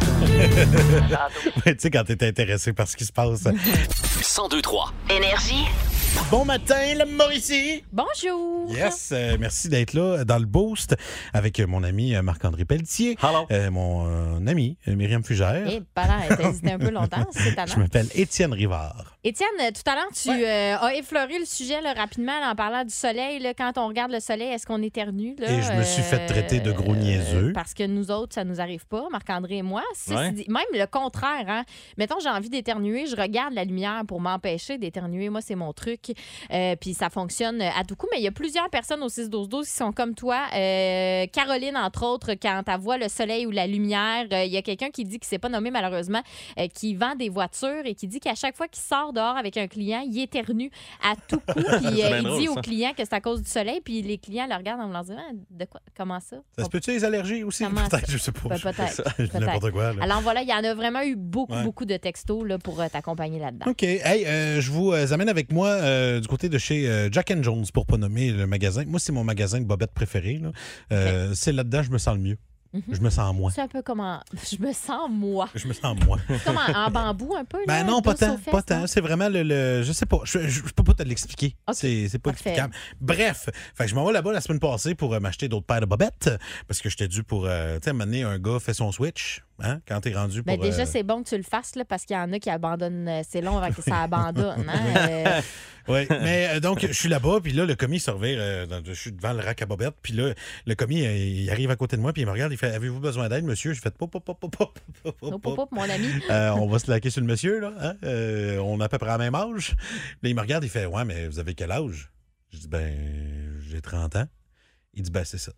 [SPEAKER 3] tu sais, quand t'es intéressé par ce qui se passe.
[SPEAKER 2] 1023.
[SPEAKER 10] Énergie.
[SPEAKER 3] Bon matin, la Mauricie!
[SPEAKER 7] Bonjour.
[SPEAKER 3] Yes, euh, merci d'être là euh, dans le boost avec euh, mon ami euh, Marc-André Pelletier,
[SPEAKER 8] Hello.
[SPEAKER 3] euh, mon euh, ami euh, Myriam Fugère.
[SPEAKER 7] ben, Eh, pas l'air, t'as hésité un peu longtemps, c'est ta
[SPEAKER 3] Je m'appelle Étienne Rivard.
[SPEAKER 7] Étienne, euh, tout à l'heure, tu euh, as effleuré le sujet là, rapidement là, en parlant du soleil. là. quand on regarde le soleil, est-ce qu'on éternue? Là, euh,
[SPEAKER 3] Et je me suis fait traiter de gros niaiseux.
[SPEAKER 7] Parce que nous autres, ça nous arrive pas, Marc-André et moi. Ceci
[SPEAKER 8] Ouais.
[SPEAKER 7] dit- même le contraire. Hein. Mettons, j'ai envie d'éternuer, je regarde la lumière pour m'empêcher d'éternuer. Moi, c'est mon truc. Euh, Puis ça fonctionne à tout coup. Mais il y a plusieurs personnes au 6-12-12 qui sont comme toi. Euh, Caroline, entre autres, quand elle voit le soleil ou la lumière, euh, il y a quelqu'un qui dit, qui s'est pas nommé malheureusement, euh, qui vend des voitures et qui dit qu'à chaque fois qu'il sort dehors avec un client, il éternue à tout coup. Puis
[SPEAKER 8] C'est
[SPEAKER 7] euh,
[SPEAKER 8] bien
[SPEAKER 7] il
[SPEAKER 8] drôle,
[SPEAKER 7] dit
[SPEAKER 8] ça.
[SPEAKER 7] au client que c'est à cause du soleil. Puis les clients le regardent en me disant Ah, de quoi Comment ça?
[SPEAKER 3] Ça se peut-tu les allergies aussi?
[SPEAKER 7] Comment ça?
[SPEAKER 3] Peut-être, je sais pas.
[SPEAKER 7] Ben, peut-être.
[SPEAKER 3] Je dis
[SPEAKER 7] peut-être.
[SPEAKER 3] N'importe quoi. là.
[SPEAKER 7] Alors voilà, il y en a vraiment eu beaucoup,
[SPEAKER 3] Ouais.
[SPEAKER 7] beaucoup de textos là, pour euh, t'accompagner là-dedans.
[SPEAKER 3] OK. Hey, euh, je vous euh, amène avec moi euh, du côté de chez euh, Jack and Jones, pour pas nommer le magasin. Moi, c'est mon magasin de bobettes préféré. là. Euh, C'est là-dedans je me sens le mieux.
[SPEAKER 7] Mhm.
[SPEAKER 3] Je me sens moi.
[SPEAKER 7] C'est un peu comme en- Je me sens moi.
[SPEAKER 3] Je me sens moi.
[SPEAKER 7] Comme en, en bambou un peu. là,
[SPEAKER 3] Ben non, pas
[SPEAKER 7] dos aux
[SPEAKER 3] tant,
[SPEAKER 7] fesses,
[SPEAKER 3] pas
[SPEAKER 7] non?
[SPEAKER 3] tant. C'est vraiment le, le- Je sais pas. Je, je- je peux pas te l'expliquer.
[SPEAKER 7] Ok.
[SPEAKER 3] C'est- C'est pas
[SPEAKER 7] Parfait.
[SPEAKER 3] explicable. Bref, fait que je m'en vais là-bas la semaine passée pour euh, m'acheter d'autres paires de bobettes. Parce que j'étais dû pour. euh, tu sais, à un moment donné, un gars fait son switch. Hein, quand t'es rendu pour.
[SPEAKER 7] Ben déjà,
[SPEAKER 3] euh,
[SPEAKER 7] c'est bon que tu le fasses là, parce qu'il y en a qui abandonnent. euh, C'est long avant que ça abandonne. hein, euh,
[SPEAKER 3] Oui, mais euh, donc, je suis là-bas, puis là, le commis se revire, euh, dans- je suis devant le rack à bobettes, puis là, le commis, euh, il arrive à côté de moi, puis il me regarde, il fait Avez-vous besoin d'aide, monsieur Je fais Pop, pop, pop, pop, pop, pop, pop,
[SPEAKER 7] hop,
[SPEAKER 3] pop.
[SPEAKER 7] hop, hop, mon ami.
[SPEAKER 3] Euh, on va se laquer sur le monsieur, là. hein? Euh, on a à peu près à même âge. Là, il me regarde, il fait Ouais, mais vous avez quel âge Je dis Ben, j'ai 30 ans. Il dit Ben, c'est ça.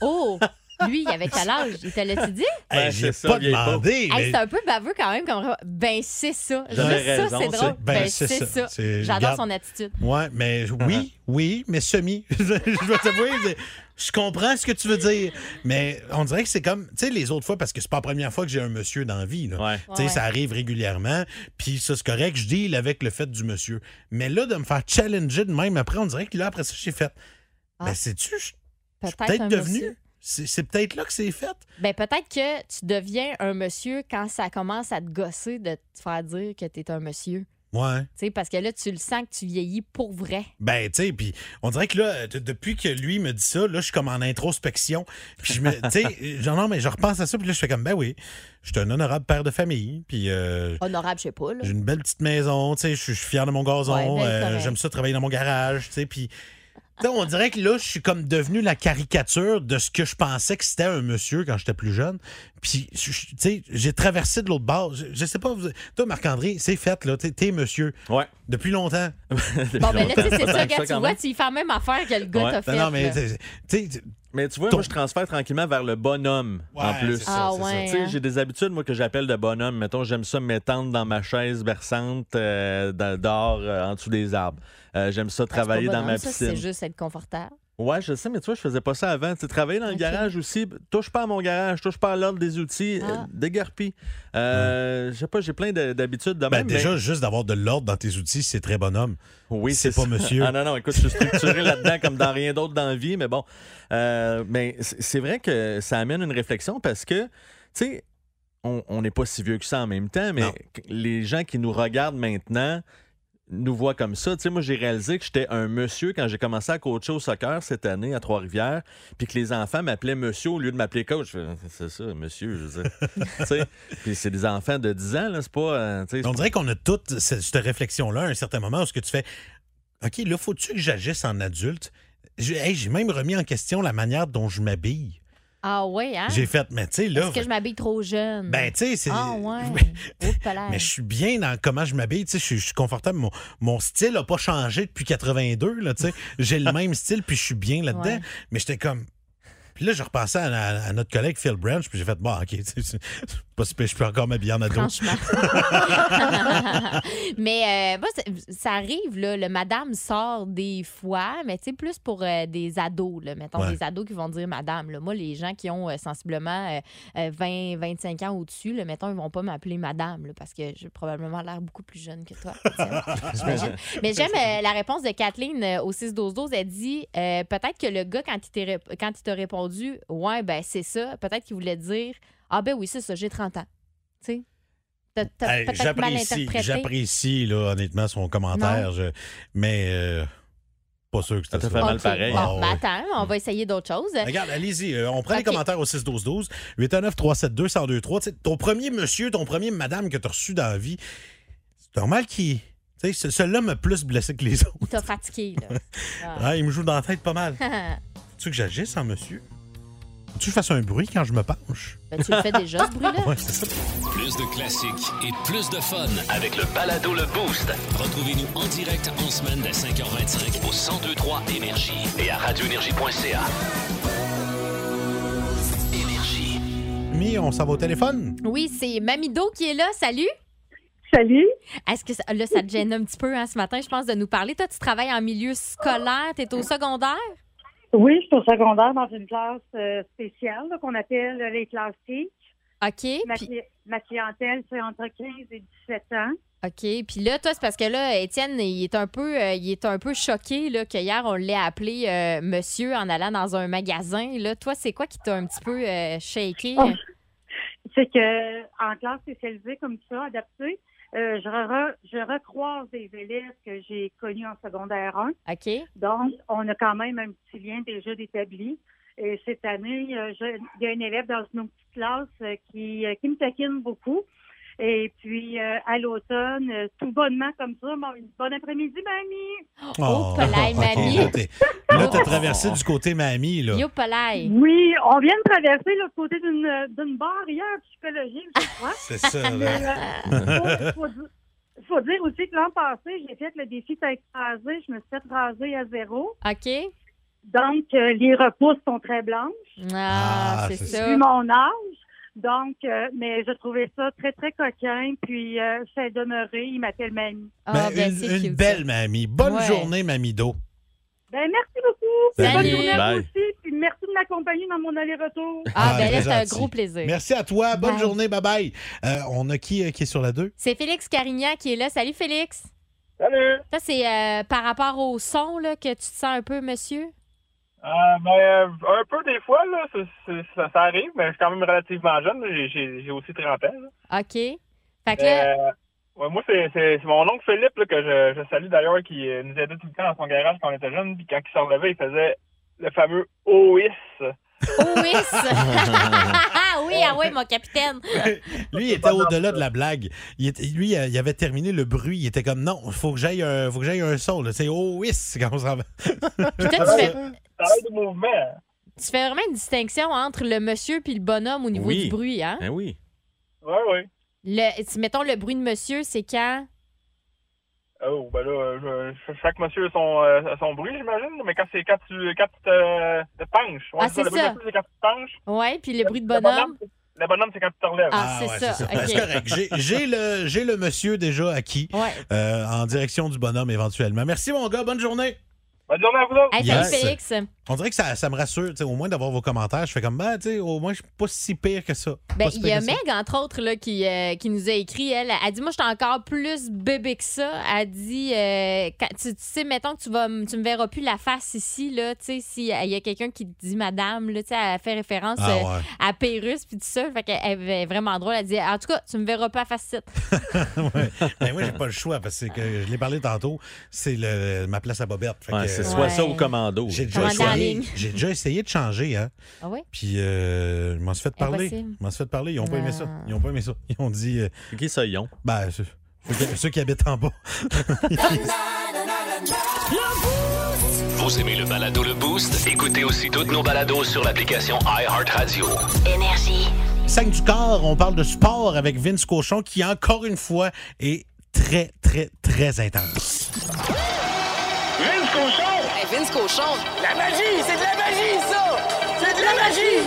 [SPEAKER 7] Oh! Lui, il avait quel âge? Il te l'a-tu dit?
[SPEAKER 8] Ben,
[SPEAKER 3] Hey, j'ai
[SPEAKER 8] c'est ça,
[SPEAKER 3] pas
[SPEAKER 8] vieille peau.
[SPEAKER 3] demandé.
[SPEAKER 7] Hey,
[SPEAKER 3] mais-
[SPEAKER 7] c'est un peu baveux quand même. Comme... Ben, c'est ça. Juste
[SPEAKER 8] J'avais
[SPEAKER 7] ça,
[SPEAKER 8] raison,
[SPEAKER 7] c'est drôle.
[SPEAKER 8] c'est-
[SPEAKER 3] Ben, c'est ça. C'est-
[SPEAKER 7] J'adore
[SPEAKER 3] regarde.
[SPEAKER 7] son attitude. Ah
[SPEAKER 3] Ouais, mais oui, oui, mais semi. je dois t'avouer, c'est- je comprends ce que tu veux dire, mais on dirait que c'est comme, tu sais, les autres fois, parce que c'est pas la première fois que j'ai un monsieur dans la vie, là.
[SPEAKER 8] Ouais.
[SPEAKER 3] Tu sais,
[SPEAKER 7] Ouais.
[SPEAKER 3] ça arrive régulièrement, puis ça, c'est correct, je deal avec le fait du monsieur. Mais là, de me faire challenger de même après, on dirait que là, après ça, j'ai fait.
[SPEAKER 7] Ah.
[SPEAKER 3] Ben, sais-tu, je je suis
[SPEAKER 7] Peut-être
[SPEAKER 3] peut-être
[SPEAKER 7] un monsieur.
[SPEAKER 3] devenu. C'est c'est peut-être là que c'est fait.
[SPEAKER 7] Ben, peut-être que tu deviens un monsieur quand ça commence à te gosser de te faire dire que t'es un monsieur.
[SPEAKER 3] Ouais.
[SPEAKER 7] Tu sais, parce que là, tu le sens que tu vieillis pour vrai.
[SPEAKER 3] Ben, tu sais, puis on dirait que là, de- depuis que lui me dit ça, là, je suis comme en introspection. Puis je me, tu sais, genre, non, mais je repense à ça, puis là, je fais comme, ben oui, je suis un honorable père de famille, puis euh,
[SPEAKER 7] Honorable, je sais pas. Là.
[SPEAKER 3] j'ai une belle petite maison, tu sais, je suis je suis fier de mon gazon,
[SPEAKER 7] Ouais, ben,
[SPEAKER 3] euh,
[SPEAKER 7] correct.
[SPEAKER 3] j'aime ça travailler dans mon garage, tu sais, puis. tu sais, on dirait que là, je suis comme devenu la caricature de ce que je pensais que c'était un monsieur quand j'étais plus jeune. Puis, je- je- tu sais, j'ai traversé de l'autre bord. Je, je sais pas, vous- toi, Marc-André, c'est fait, là. T'es- T'es monsieur
[SPEAKER 8] Ouais.
[SPEAKER 3] depuis longtemps.
[SPEAKER 7] Bon, ben là, tu sais, c'est
[SPEAKER 8] Peut-être
[SPEAKER 7] ça,
[SPEAKER 8] que
[SPEAKER 7] gars,
[SPEAKER 8] ça,
[SPEAKER 7] tu
[SPEAKER 8] quand
[SPEAKER 7] vois,
[SPEAKER 8] même.
[SPEAKER 7] tu y fais la même affaire que le gars
[SPEAKER 8] Ouais.
[SPEAKER 7] t'a
[SPEAKER 8] Non,
[SPEAKER 7] fait.
[SPEAKER 3] Ben Non, non, mais,
[SPEAKER 7] là. Ah,
[SPEAKER 3] tu sais, tu sais,
[SPEAKER 8] Mais tu vois,
[SPEAKER 3] Ton-
[SPEAKER 8] moi, je transfère tranquillement vers le bonhomme, en
[SPEAKER 3] Ouais,
[SPEAKER 8] plus.
[SPEAKER 3] c'est
[SPEAKER 7] Ah
[SPEAKER 3] c'est
[SPEAKER 7] ouais.
[SPEAKER 8] Tu sais,
[SPEAKER 7] hein.
[SPEAKER 8] J'ai des habitudes, moi, que j'appelle de bonhomme. Mettons, j'aime ça m'étendre dans ma chaise berçante euh, dans- dehors, euh, en dessous des arbres. Euh, j'aime ça
[SPEAKER 7] Ben, c'est pas
[SPEAKER 8] travailler dans
[SPEAKER 7] bonhomme,
[SPEAKER 8] ma
[SPEAKER 7] ça,
[SPEAKER 8] piscine.
[SPEAKER 7] C'est juste être confortable.
[SPEAKER 8] Ouais, je sais, mais tu vois, je faisais pas ça avant. Tu sais, travailler dans
[SPEAKER 7] Ok.
[SPEAKER 8] le garage aussi, touche pas à mon garage, touche pas à l'ordre des outils,
[SPEAKER 7] Ah.
[SPEAKER 8] euh, déguerpis. Euh, Je sais pas, j'ai plein de- d'habitudes de
[SPEAKER 3] Ben,
[SPEAKER 8] même,
[SPEAKER 3] déjà,
[SPEAKER 8] mais-
[SPEAKER 3] juste d'avoir de l'ordre dans tes outils, c'est très bonhomme.
[SPEAKER 8] Oui,
[SPEAKER 3] c'est
[SPEAKER 8] c'est
[SPEAKER 3] pas
[SPEAKER 8] ça.
[SPEAKER 3] monsieur.
[SPEAKER 8] Ah non, non, écoute, je suis structuré là-dedans comme dans rien d'autre dans la vie, mais bon. Euh, mais c- c'est vrai que ça amène une réflexion parce que, tu sais, on on n'est pas si vieux que ça en même temps, mais
[SPEAKER 3] Non.
[SPEAKER 8] qu- les gens qui nous regardent maintenant nous voient comme ça. Tu sais, moi, j'ai réalisé que j'étais un monsieur quand j'ai commencé à coacher au soccer cette année à Trois-Rivières, puis que les enfants m'appelaient monsieur au lieu de m'appeler coach. Je fais, C'est ça, monsieur, je veux dire. Tu sais, puis c'est des enfants de 10 ans, là, c'est pas... euh, tu sais,
[SPEAKER 3] On dirait qu'on a toute cette, cette réflexion-là à un certain moment où ce que tu fais, OK, là, faut-tu que j'agisse en adulte? J'ai hey, j'ai même remis en question la manière dont je m'habille.
[SPEAKER 7] Ah ouais, hein?
[SPEAKER 3] J'ai fait, mais tu sais, là.
[SPEAKER 7] Est-ce que je m'habille trop jeune?
[SPEAKER 3] Ben, tu sais, c'est.
[SPEAKER 7] Ah ouais. Oups, là.
[SPEAKER 3] Mais je suis bien dans comment je m'habille, tu sais, je suis- je suis confortable. Mon, mon style n'a pas changé depuis 82, là, tu sais. J'ai le même style, puis je suis bien là-dedans.
[SPEAKER 7] Ouais.
[SPEAKER 3] Mais j'étais comme... Puis là, je repensais à, à- à notre collègue Phil Branch, puis j'ai fait, bon, OK, tu sais, c'est- c'est pas si pire, je peux encore m'habiller en ado.
[SPEAKER 7] Franchement. mais euh, moi, c'est- ça arrive, là, le madame sort des fois, mais tu sais, plus pour euh, des ados, là, mettons,
[SPEAKER 3] Ouais.
[SPEAKER 7] des ados qui vont dire madame. Là. Moi, les gens qui ont euh, sensiblement euh, euh, 20, 25 ans au-dessus, là, mettons, ils vont pas m'appeler madame, là, parce que j'ai probablement l'air beaucoup plus jeune que toi. Étienne. J'imagine. mais j'aime euh, la réponse de Kathleen euh, au 6-12-12. Elle dit euh, peut-être que le gars, quand il t'est rép- quand il t'a répondu, ouais, ben c'est ça, peut-être qu'il voulait dire, ah ben oui, c'est ça, j'ai 30 ans. Tu sais? T'as- t'as
[SPEAKER 3] Hey,
[SPEAKER 7] peut-être mal
[SPEAKER 3] J'apprécie,
[SPEAKER 7] interprété.
[SPEAKER 3] j'apprécie, là, honnêtement, son commentaire. je- mais euh, pas sûr que
[SPEAKER 8] Ça
[SPEAKER 3] c'était
[SPEAKER 8] te fait mal
[SPEAKER 7] Ok,
[SPEAKER 8] pareil.
[SPEAKER 7] Bon,
[SPEAKER 3] Ah,
[SPEAKER 7] ben,
[SPEAKER 3] ouais.
[SPEAKER 7] attends, on va essayer d'autres choses.
[SPEAKER 3] Regarde, allez-y. euh, on prend les
[SPEAKER 7] Ok.
[SPEAKER 3] commentaires au 6-12-12. 819-372-1023. Tu sais, Ton premier monsieur, ton premier madame que tu as reçu dans la vie, c'est normal qu'il. tu sais, Tu sais, ce- celui-là m'a plus blessé que les autres.
[SPEAKER 7] T'as fatigué, là.
[SPEAKER 3] Ah, il me joue dans la tête pas mal.
[SPEAKER 7] Ah.
[SPEAKER 3] Tu veux que j'agisse, hein, monsieur? Tu veux que je fasse un bruit quand je me penche?
[SPEAKER 7] Ben, tu le fais déjà, ce bruit-là.
[SPEAKER 3] Ouais, c'est ça.
[SPEAKER 1] Plus de classiques et plus de fun.
[SPEAKER 2] Avec le balado Le Boost
[SPEAKER 1] Retrouvez-nous en direct en semaine dès 5h25
[SPEAKER 2] au 1023 Énergie et à radioénergie.ca. Énergie.
[SPEAKER 3] Mais on s'en va au téléphone.
[SPEAKER 7] Oui, c'est Mamido qui est là. Salut!
[SPEAKER 11] Salut.
[SPEAKER 7] Est-ce que ça, là, ça te gêne un petit peu hein, ce matin, je pense, de nous parler? Toi, tu travailles en milieu scolaire, tu es au secondaire?
[SPEAKER 11] Oui, je suis au secondaire dans une classe euh, spéciale là, qu'on appelle les classiques.
[SPEAKER 7] OK.
[SPEAKER 11] Ma,
[SPEAKER 7] Puis,
[SPEAKER 11] cli- ma clientèle, c'est entre 15 et 17 ans.
[SPEAKER 7] OK. Puis là, toi, c'est parce que là, Étienne, il est un peu, euh, il est un peu choqué là, que hier, on l'ait appelé euh, monsieur en allant dans un magasin. Là, toi, c'est quoi qui t'a un petit peu euh, shaké?
[SPEAKER 11] Oh. C'est que en classe spécialisée comme ça, adaptée, euh, je, re- je recroise des élèves que j'ai connus en secondaire 1.
[SPEAKER 7] OK.
[SPEAKER 11] Donc, on a quand même un petit lien déjà d'établi. Et cette année, euh, je- il y a un élève dans une autre petite classe euh, qui, euh, qui me taquine beaucoup. Et puis, euh, à l'automne, euh, tout bonnement comme ça, bon, bon après-midi, mamie!
[SPEAKER 7] Oh, Polaï,
[SPEAKER 3] Ah, ok,
[SPEAKER 7] mamie. Oh.
[SPEAKER 3] Là, t'es- là, t'as traversé du côté mamie, là.
[SPEAKER 7] Yo, Polaï.
[SPEAKER 11] Oui, on vient de traverser l'autre côté d'une euh, d'une barrière psychologique, je crois.
[SPEAKER 3] C'est ça, hein. là.
[SPEAKER 11] Il faut, di- faut dire aussi que l'an passé, j'ai fait le défi tête rasée. Je me suis fait raser à zéro.
[SPEAKER 7] OK.
[SPEAKER 11] Donc, euh, les repousses sont très blanches,
[SPEAKER 7] Ah,
[SPEAKER 3] Ah,
[SPEAKER 7] c'est
[SPEAKER 3] c'est
[SPEAKER 7] ça.
[SPEAKER 11] vu mon âge. Donc, euh, mais je trouvais ça très, très coquin. Puis, euh, c'est demeuré. Il m'appelle Mamie.
[SPEAKER 7] Ah,
[SPEAKER 3] Ben,
[SPEAKER 7] ben,
[SPEAKER 3] une
[SPEAKER 7] c'est
[SPEAKER 3] une
[SPEAKER 7] cute, ça.
[SPEAKER 3] belle mamie. Bonne
[SPEAKER 7] Ouais.
[SPEAKER 3] journée, mamie Do.
[SPEAKER 11] Ben, merci beaucoup.
[SPEAKER 7] Salut.
[SPEAKER 11] Bonne journée à vous
[SPEAKER 8] Bye.
[SPEAKER 11] aussi. Puis, merci de m'accompagner dans mon aller-retour.
[SPEAKER 7] Ah,
[SPEAKER 3] Ah,
[SPEAKER 7] ben
[SPEAKER 3] très
[SPEAKER 7] là, c'est un
[SPEAKER 3] gentil.
[SPEAKER 7] gros plaisir.
[SPEAKER 3] Merci à toi. Bonne
[SPEAKER 7] Bye.
[SPEAKER 3] journée. Bye-bye. Euh, on a qui, euh, qui est sur la 2?
[SPEAKER 7] C'est Félix Carignan qui est là. Salut, Félix.
[SPEAKER 6] Salut!
[SPEAKER 7] Ça, c'est euh, par rapport au son là, que tu te sens un peu, monsieur?
[SPEAKER 6] Ah, ben, euh, un peu des fois, là, c'est- c'est- ça, ça arrive, mais je suis quand même relativement jeune. là, j'ai- J'ai j'ai aussi 30 ans. là.
[SPEAKER 7] OK. Fait que là,
[SPEAKER 6] Euh, ouais, moi, c'est c'est- c'est mon oncle Philippe là, que je, je salue d'ailleurs, qui euh, nous aidait tout le temps dans son garage quand on était jeunes. Puis quand il s'en relevait, il faisait le fameux OIS.
[SPEAKER 7] Ois! oui, ah oui, mon capitaine.
[SPEAKER 3] Lui, il était au-delà de la blague. Il était- lui, euh, il avait terminé le bruit. Il était comme non, faut que j'aille un, faut que j'aille un son. là. C'est oh oui, c'est comme ça.
[SPEAKER 7] Puis toi, tu fais,
[SPEAKER 6] Ça aide au mouvement.
[SPEAKER 7] tu fais vraiment une distinction entre le monsieur puis le bonhomme au niveau
[SPEAKER 8] Oui.
[SPEAKER 7] du bruit, hein?
[SPEAKER 3] Eh
[SPEAKER 8] Ben oui.
[SPEAKER 6] Oui, oui.
[SPEAKER 7] Le, si, mettons, le bruit de monsieur, c'est quand?
[SPEAKER 6] Oh, ben là, euh, je- chaque monsieur a son, euh, a son bruit, j'imagine. Mais quand, c'est- quand tu, quand tu te, te penches. Ouais,
[SPEAKER 7] Ah, c'est
[SPEAKER 6] le bruit
[SPEAKER 7] ça.
[SPEAKER 6] de la foule, c'est quand tu te penches.
[SPEAKER 7] Ouais, puis le bruit de
[SPEAKER 6] Le
[SPEAKER 7] bonhomme?
[SPEAKER 6] c'est- Le bonhomme, c'est quand tu te relèves.
[SPEAKER 7] Ah, c'est
[SPEAKER 3] ouais,
[SPEAKER 7] ça. OK.
[SPEAKER 3] C'est correct. J'ai- J'ai le, j'ai le monsieur déjà acquis
[SPEAKER 7] Ouais.
[SPEAKER 3] euh, en direction du bonhomme éventuellement. Merci mon gars, bonne journée.
[SPEAKER 6] Bonne journée à vous autres.
[SPEAKER 7] Hey, salut,
[SPEAKER 3] Yes.
[SPEAKER 7] Félix.
[SPEAKER 3] On dirait que ça, ça me rassure, tu sais, au moins d'avoir vos commentaires. Je fais comme ben, tu sais, au moins je suis pas si pire que ça.
[SPEAKER 7] Ben,
[SPEAKER 3] Pas si
[SPEAKER 7] il
[SPEAKER 3] pire
[SPEAKER 7] y a
[SPEAKER 3] que ça.
[SPEAKER 7] Meg, entre autres, là, qui, euh, qui nous a écrit. Elle, elle dit Moi, je suis encore plus bébé que ça. Elle dit euh, quand, tu, tu sais, mettons que tu vas m- tu me verras plus la face ici. Là, tu sais, si euh, il y a quelqu'un qui te dit Madame, là, tu sais, elle fait référence
[SPEAKER 3] Ah
[SPEAKER 7] euh,
[SPEAKER 3] ouais.
[SPEAKER 7] à Pérus puis tout ça. Fait qu'elle- elle est vraiment drôle. Elle dit En tout cas, tu me verras pas à face site.
[SPEAKER 3] Ouais. Ben, moi, j'ai pas le choix parce que je l'ai parlé tantôt. C'est le- ma place à Bobette. Fait
[SPEAKER 8] Ouais,
[SPEAKER 3] que,
[SPEAKER 8] c'est
[SPEAKER 3] euh,
[SPEAKER 8] soit ça
[SPEAKER 7] Ouais.
[SPEAKER 8] ou commando.
[SPEAKER 3] J'ai déjà,
[SPEAKER 7] Commandant en
[SPEAKER 3] essayé,
[SPEAKER 7] ligne.
[SPEAKER 3] j'ai déjà essayé de changer, hein.
[SPEAKER 7] Ah oui
[SPEAKER 3] Puis euh, je m'en suis fait parler.
[SPEAKER 7] Impossible.
[SPEAKER 3] Je m'en suis fait parler. Ils n'ont pas aimé ça.
[SPEAKER 7] Ah.
[SPEAKER 3] Ils n'ont pas aimé ça. Ils ont dit, euh,
[SPEAKER 8] C'est Qui ça, Yon?
[SPEAKER 3] ben, ceux, ceux qui- ceux qui habitent en bas.
[SPEAKER 2] Vous aimez le balado Le Boost? Écoutez aussi toutes nos balados sur l'application iHeartRadio.
[SPEAKER 10] Énergie.
[SPEAKER 3] 5 du corps, on parle de sport avec Vince Cochon qui, encore une fois, est très, très, très intense.
[SPEAKER 10] Vince Cochon.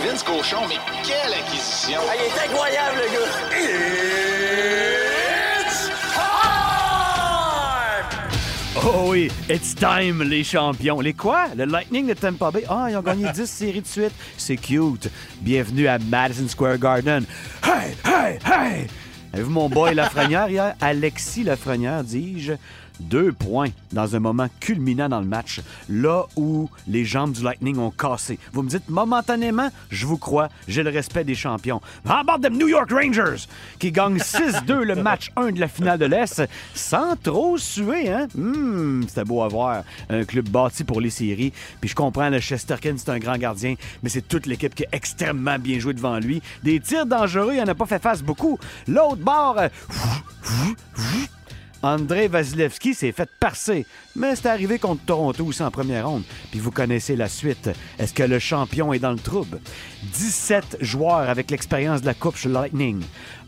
[SPEAKER 2] Vince Cochon, mais quelle acquisition!
[SPEAKER 12] Oh oui, it's time, les champions. Les quoi? Le Lightning de Tampa Bay. Ah, ils ont gagné 10 séries de suite. C'est cute. Bienvenue à Madison Square Garden. Hey, hey, hey! Avez-vous mon boy Lafrenière hier? Alexis Lafrenière, dis-je. Deux points dans un moment culminant dans le match, là où les jambes du Lightning ont cassé. Vous me dites momentanément, je vous crois, j'ai le respect des champions. Ah, How about them New York Rangers qui gagnent 6-2 le match 1 de la finale de l'Est sans trop suer, hein? Hum, c'était beau à voir. Un club bâti pour les séries. Puis je comprends, le Chesterkin, c'est un grand gardien, mais c'est toute l'équipe qui a extrêmement bien joué devant lui. Des tirs dangereux, il n'en a pas fait face beaucoup. L'autre bord, euh, André Vasilevski s'est fait parser, mais c'est arrivé contre Toronto aussi en première ronde. Puis vous connaissez la suite. Est-ce que le champion est dans le trouble? 17 joueurs avec l'expérience de la Coupe chez Lightning.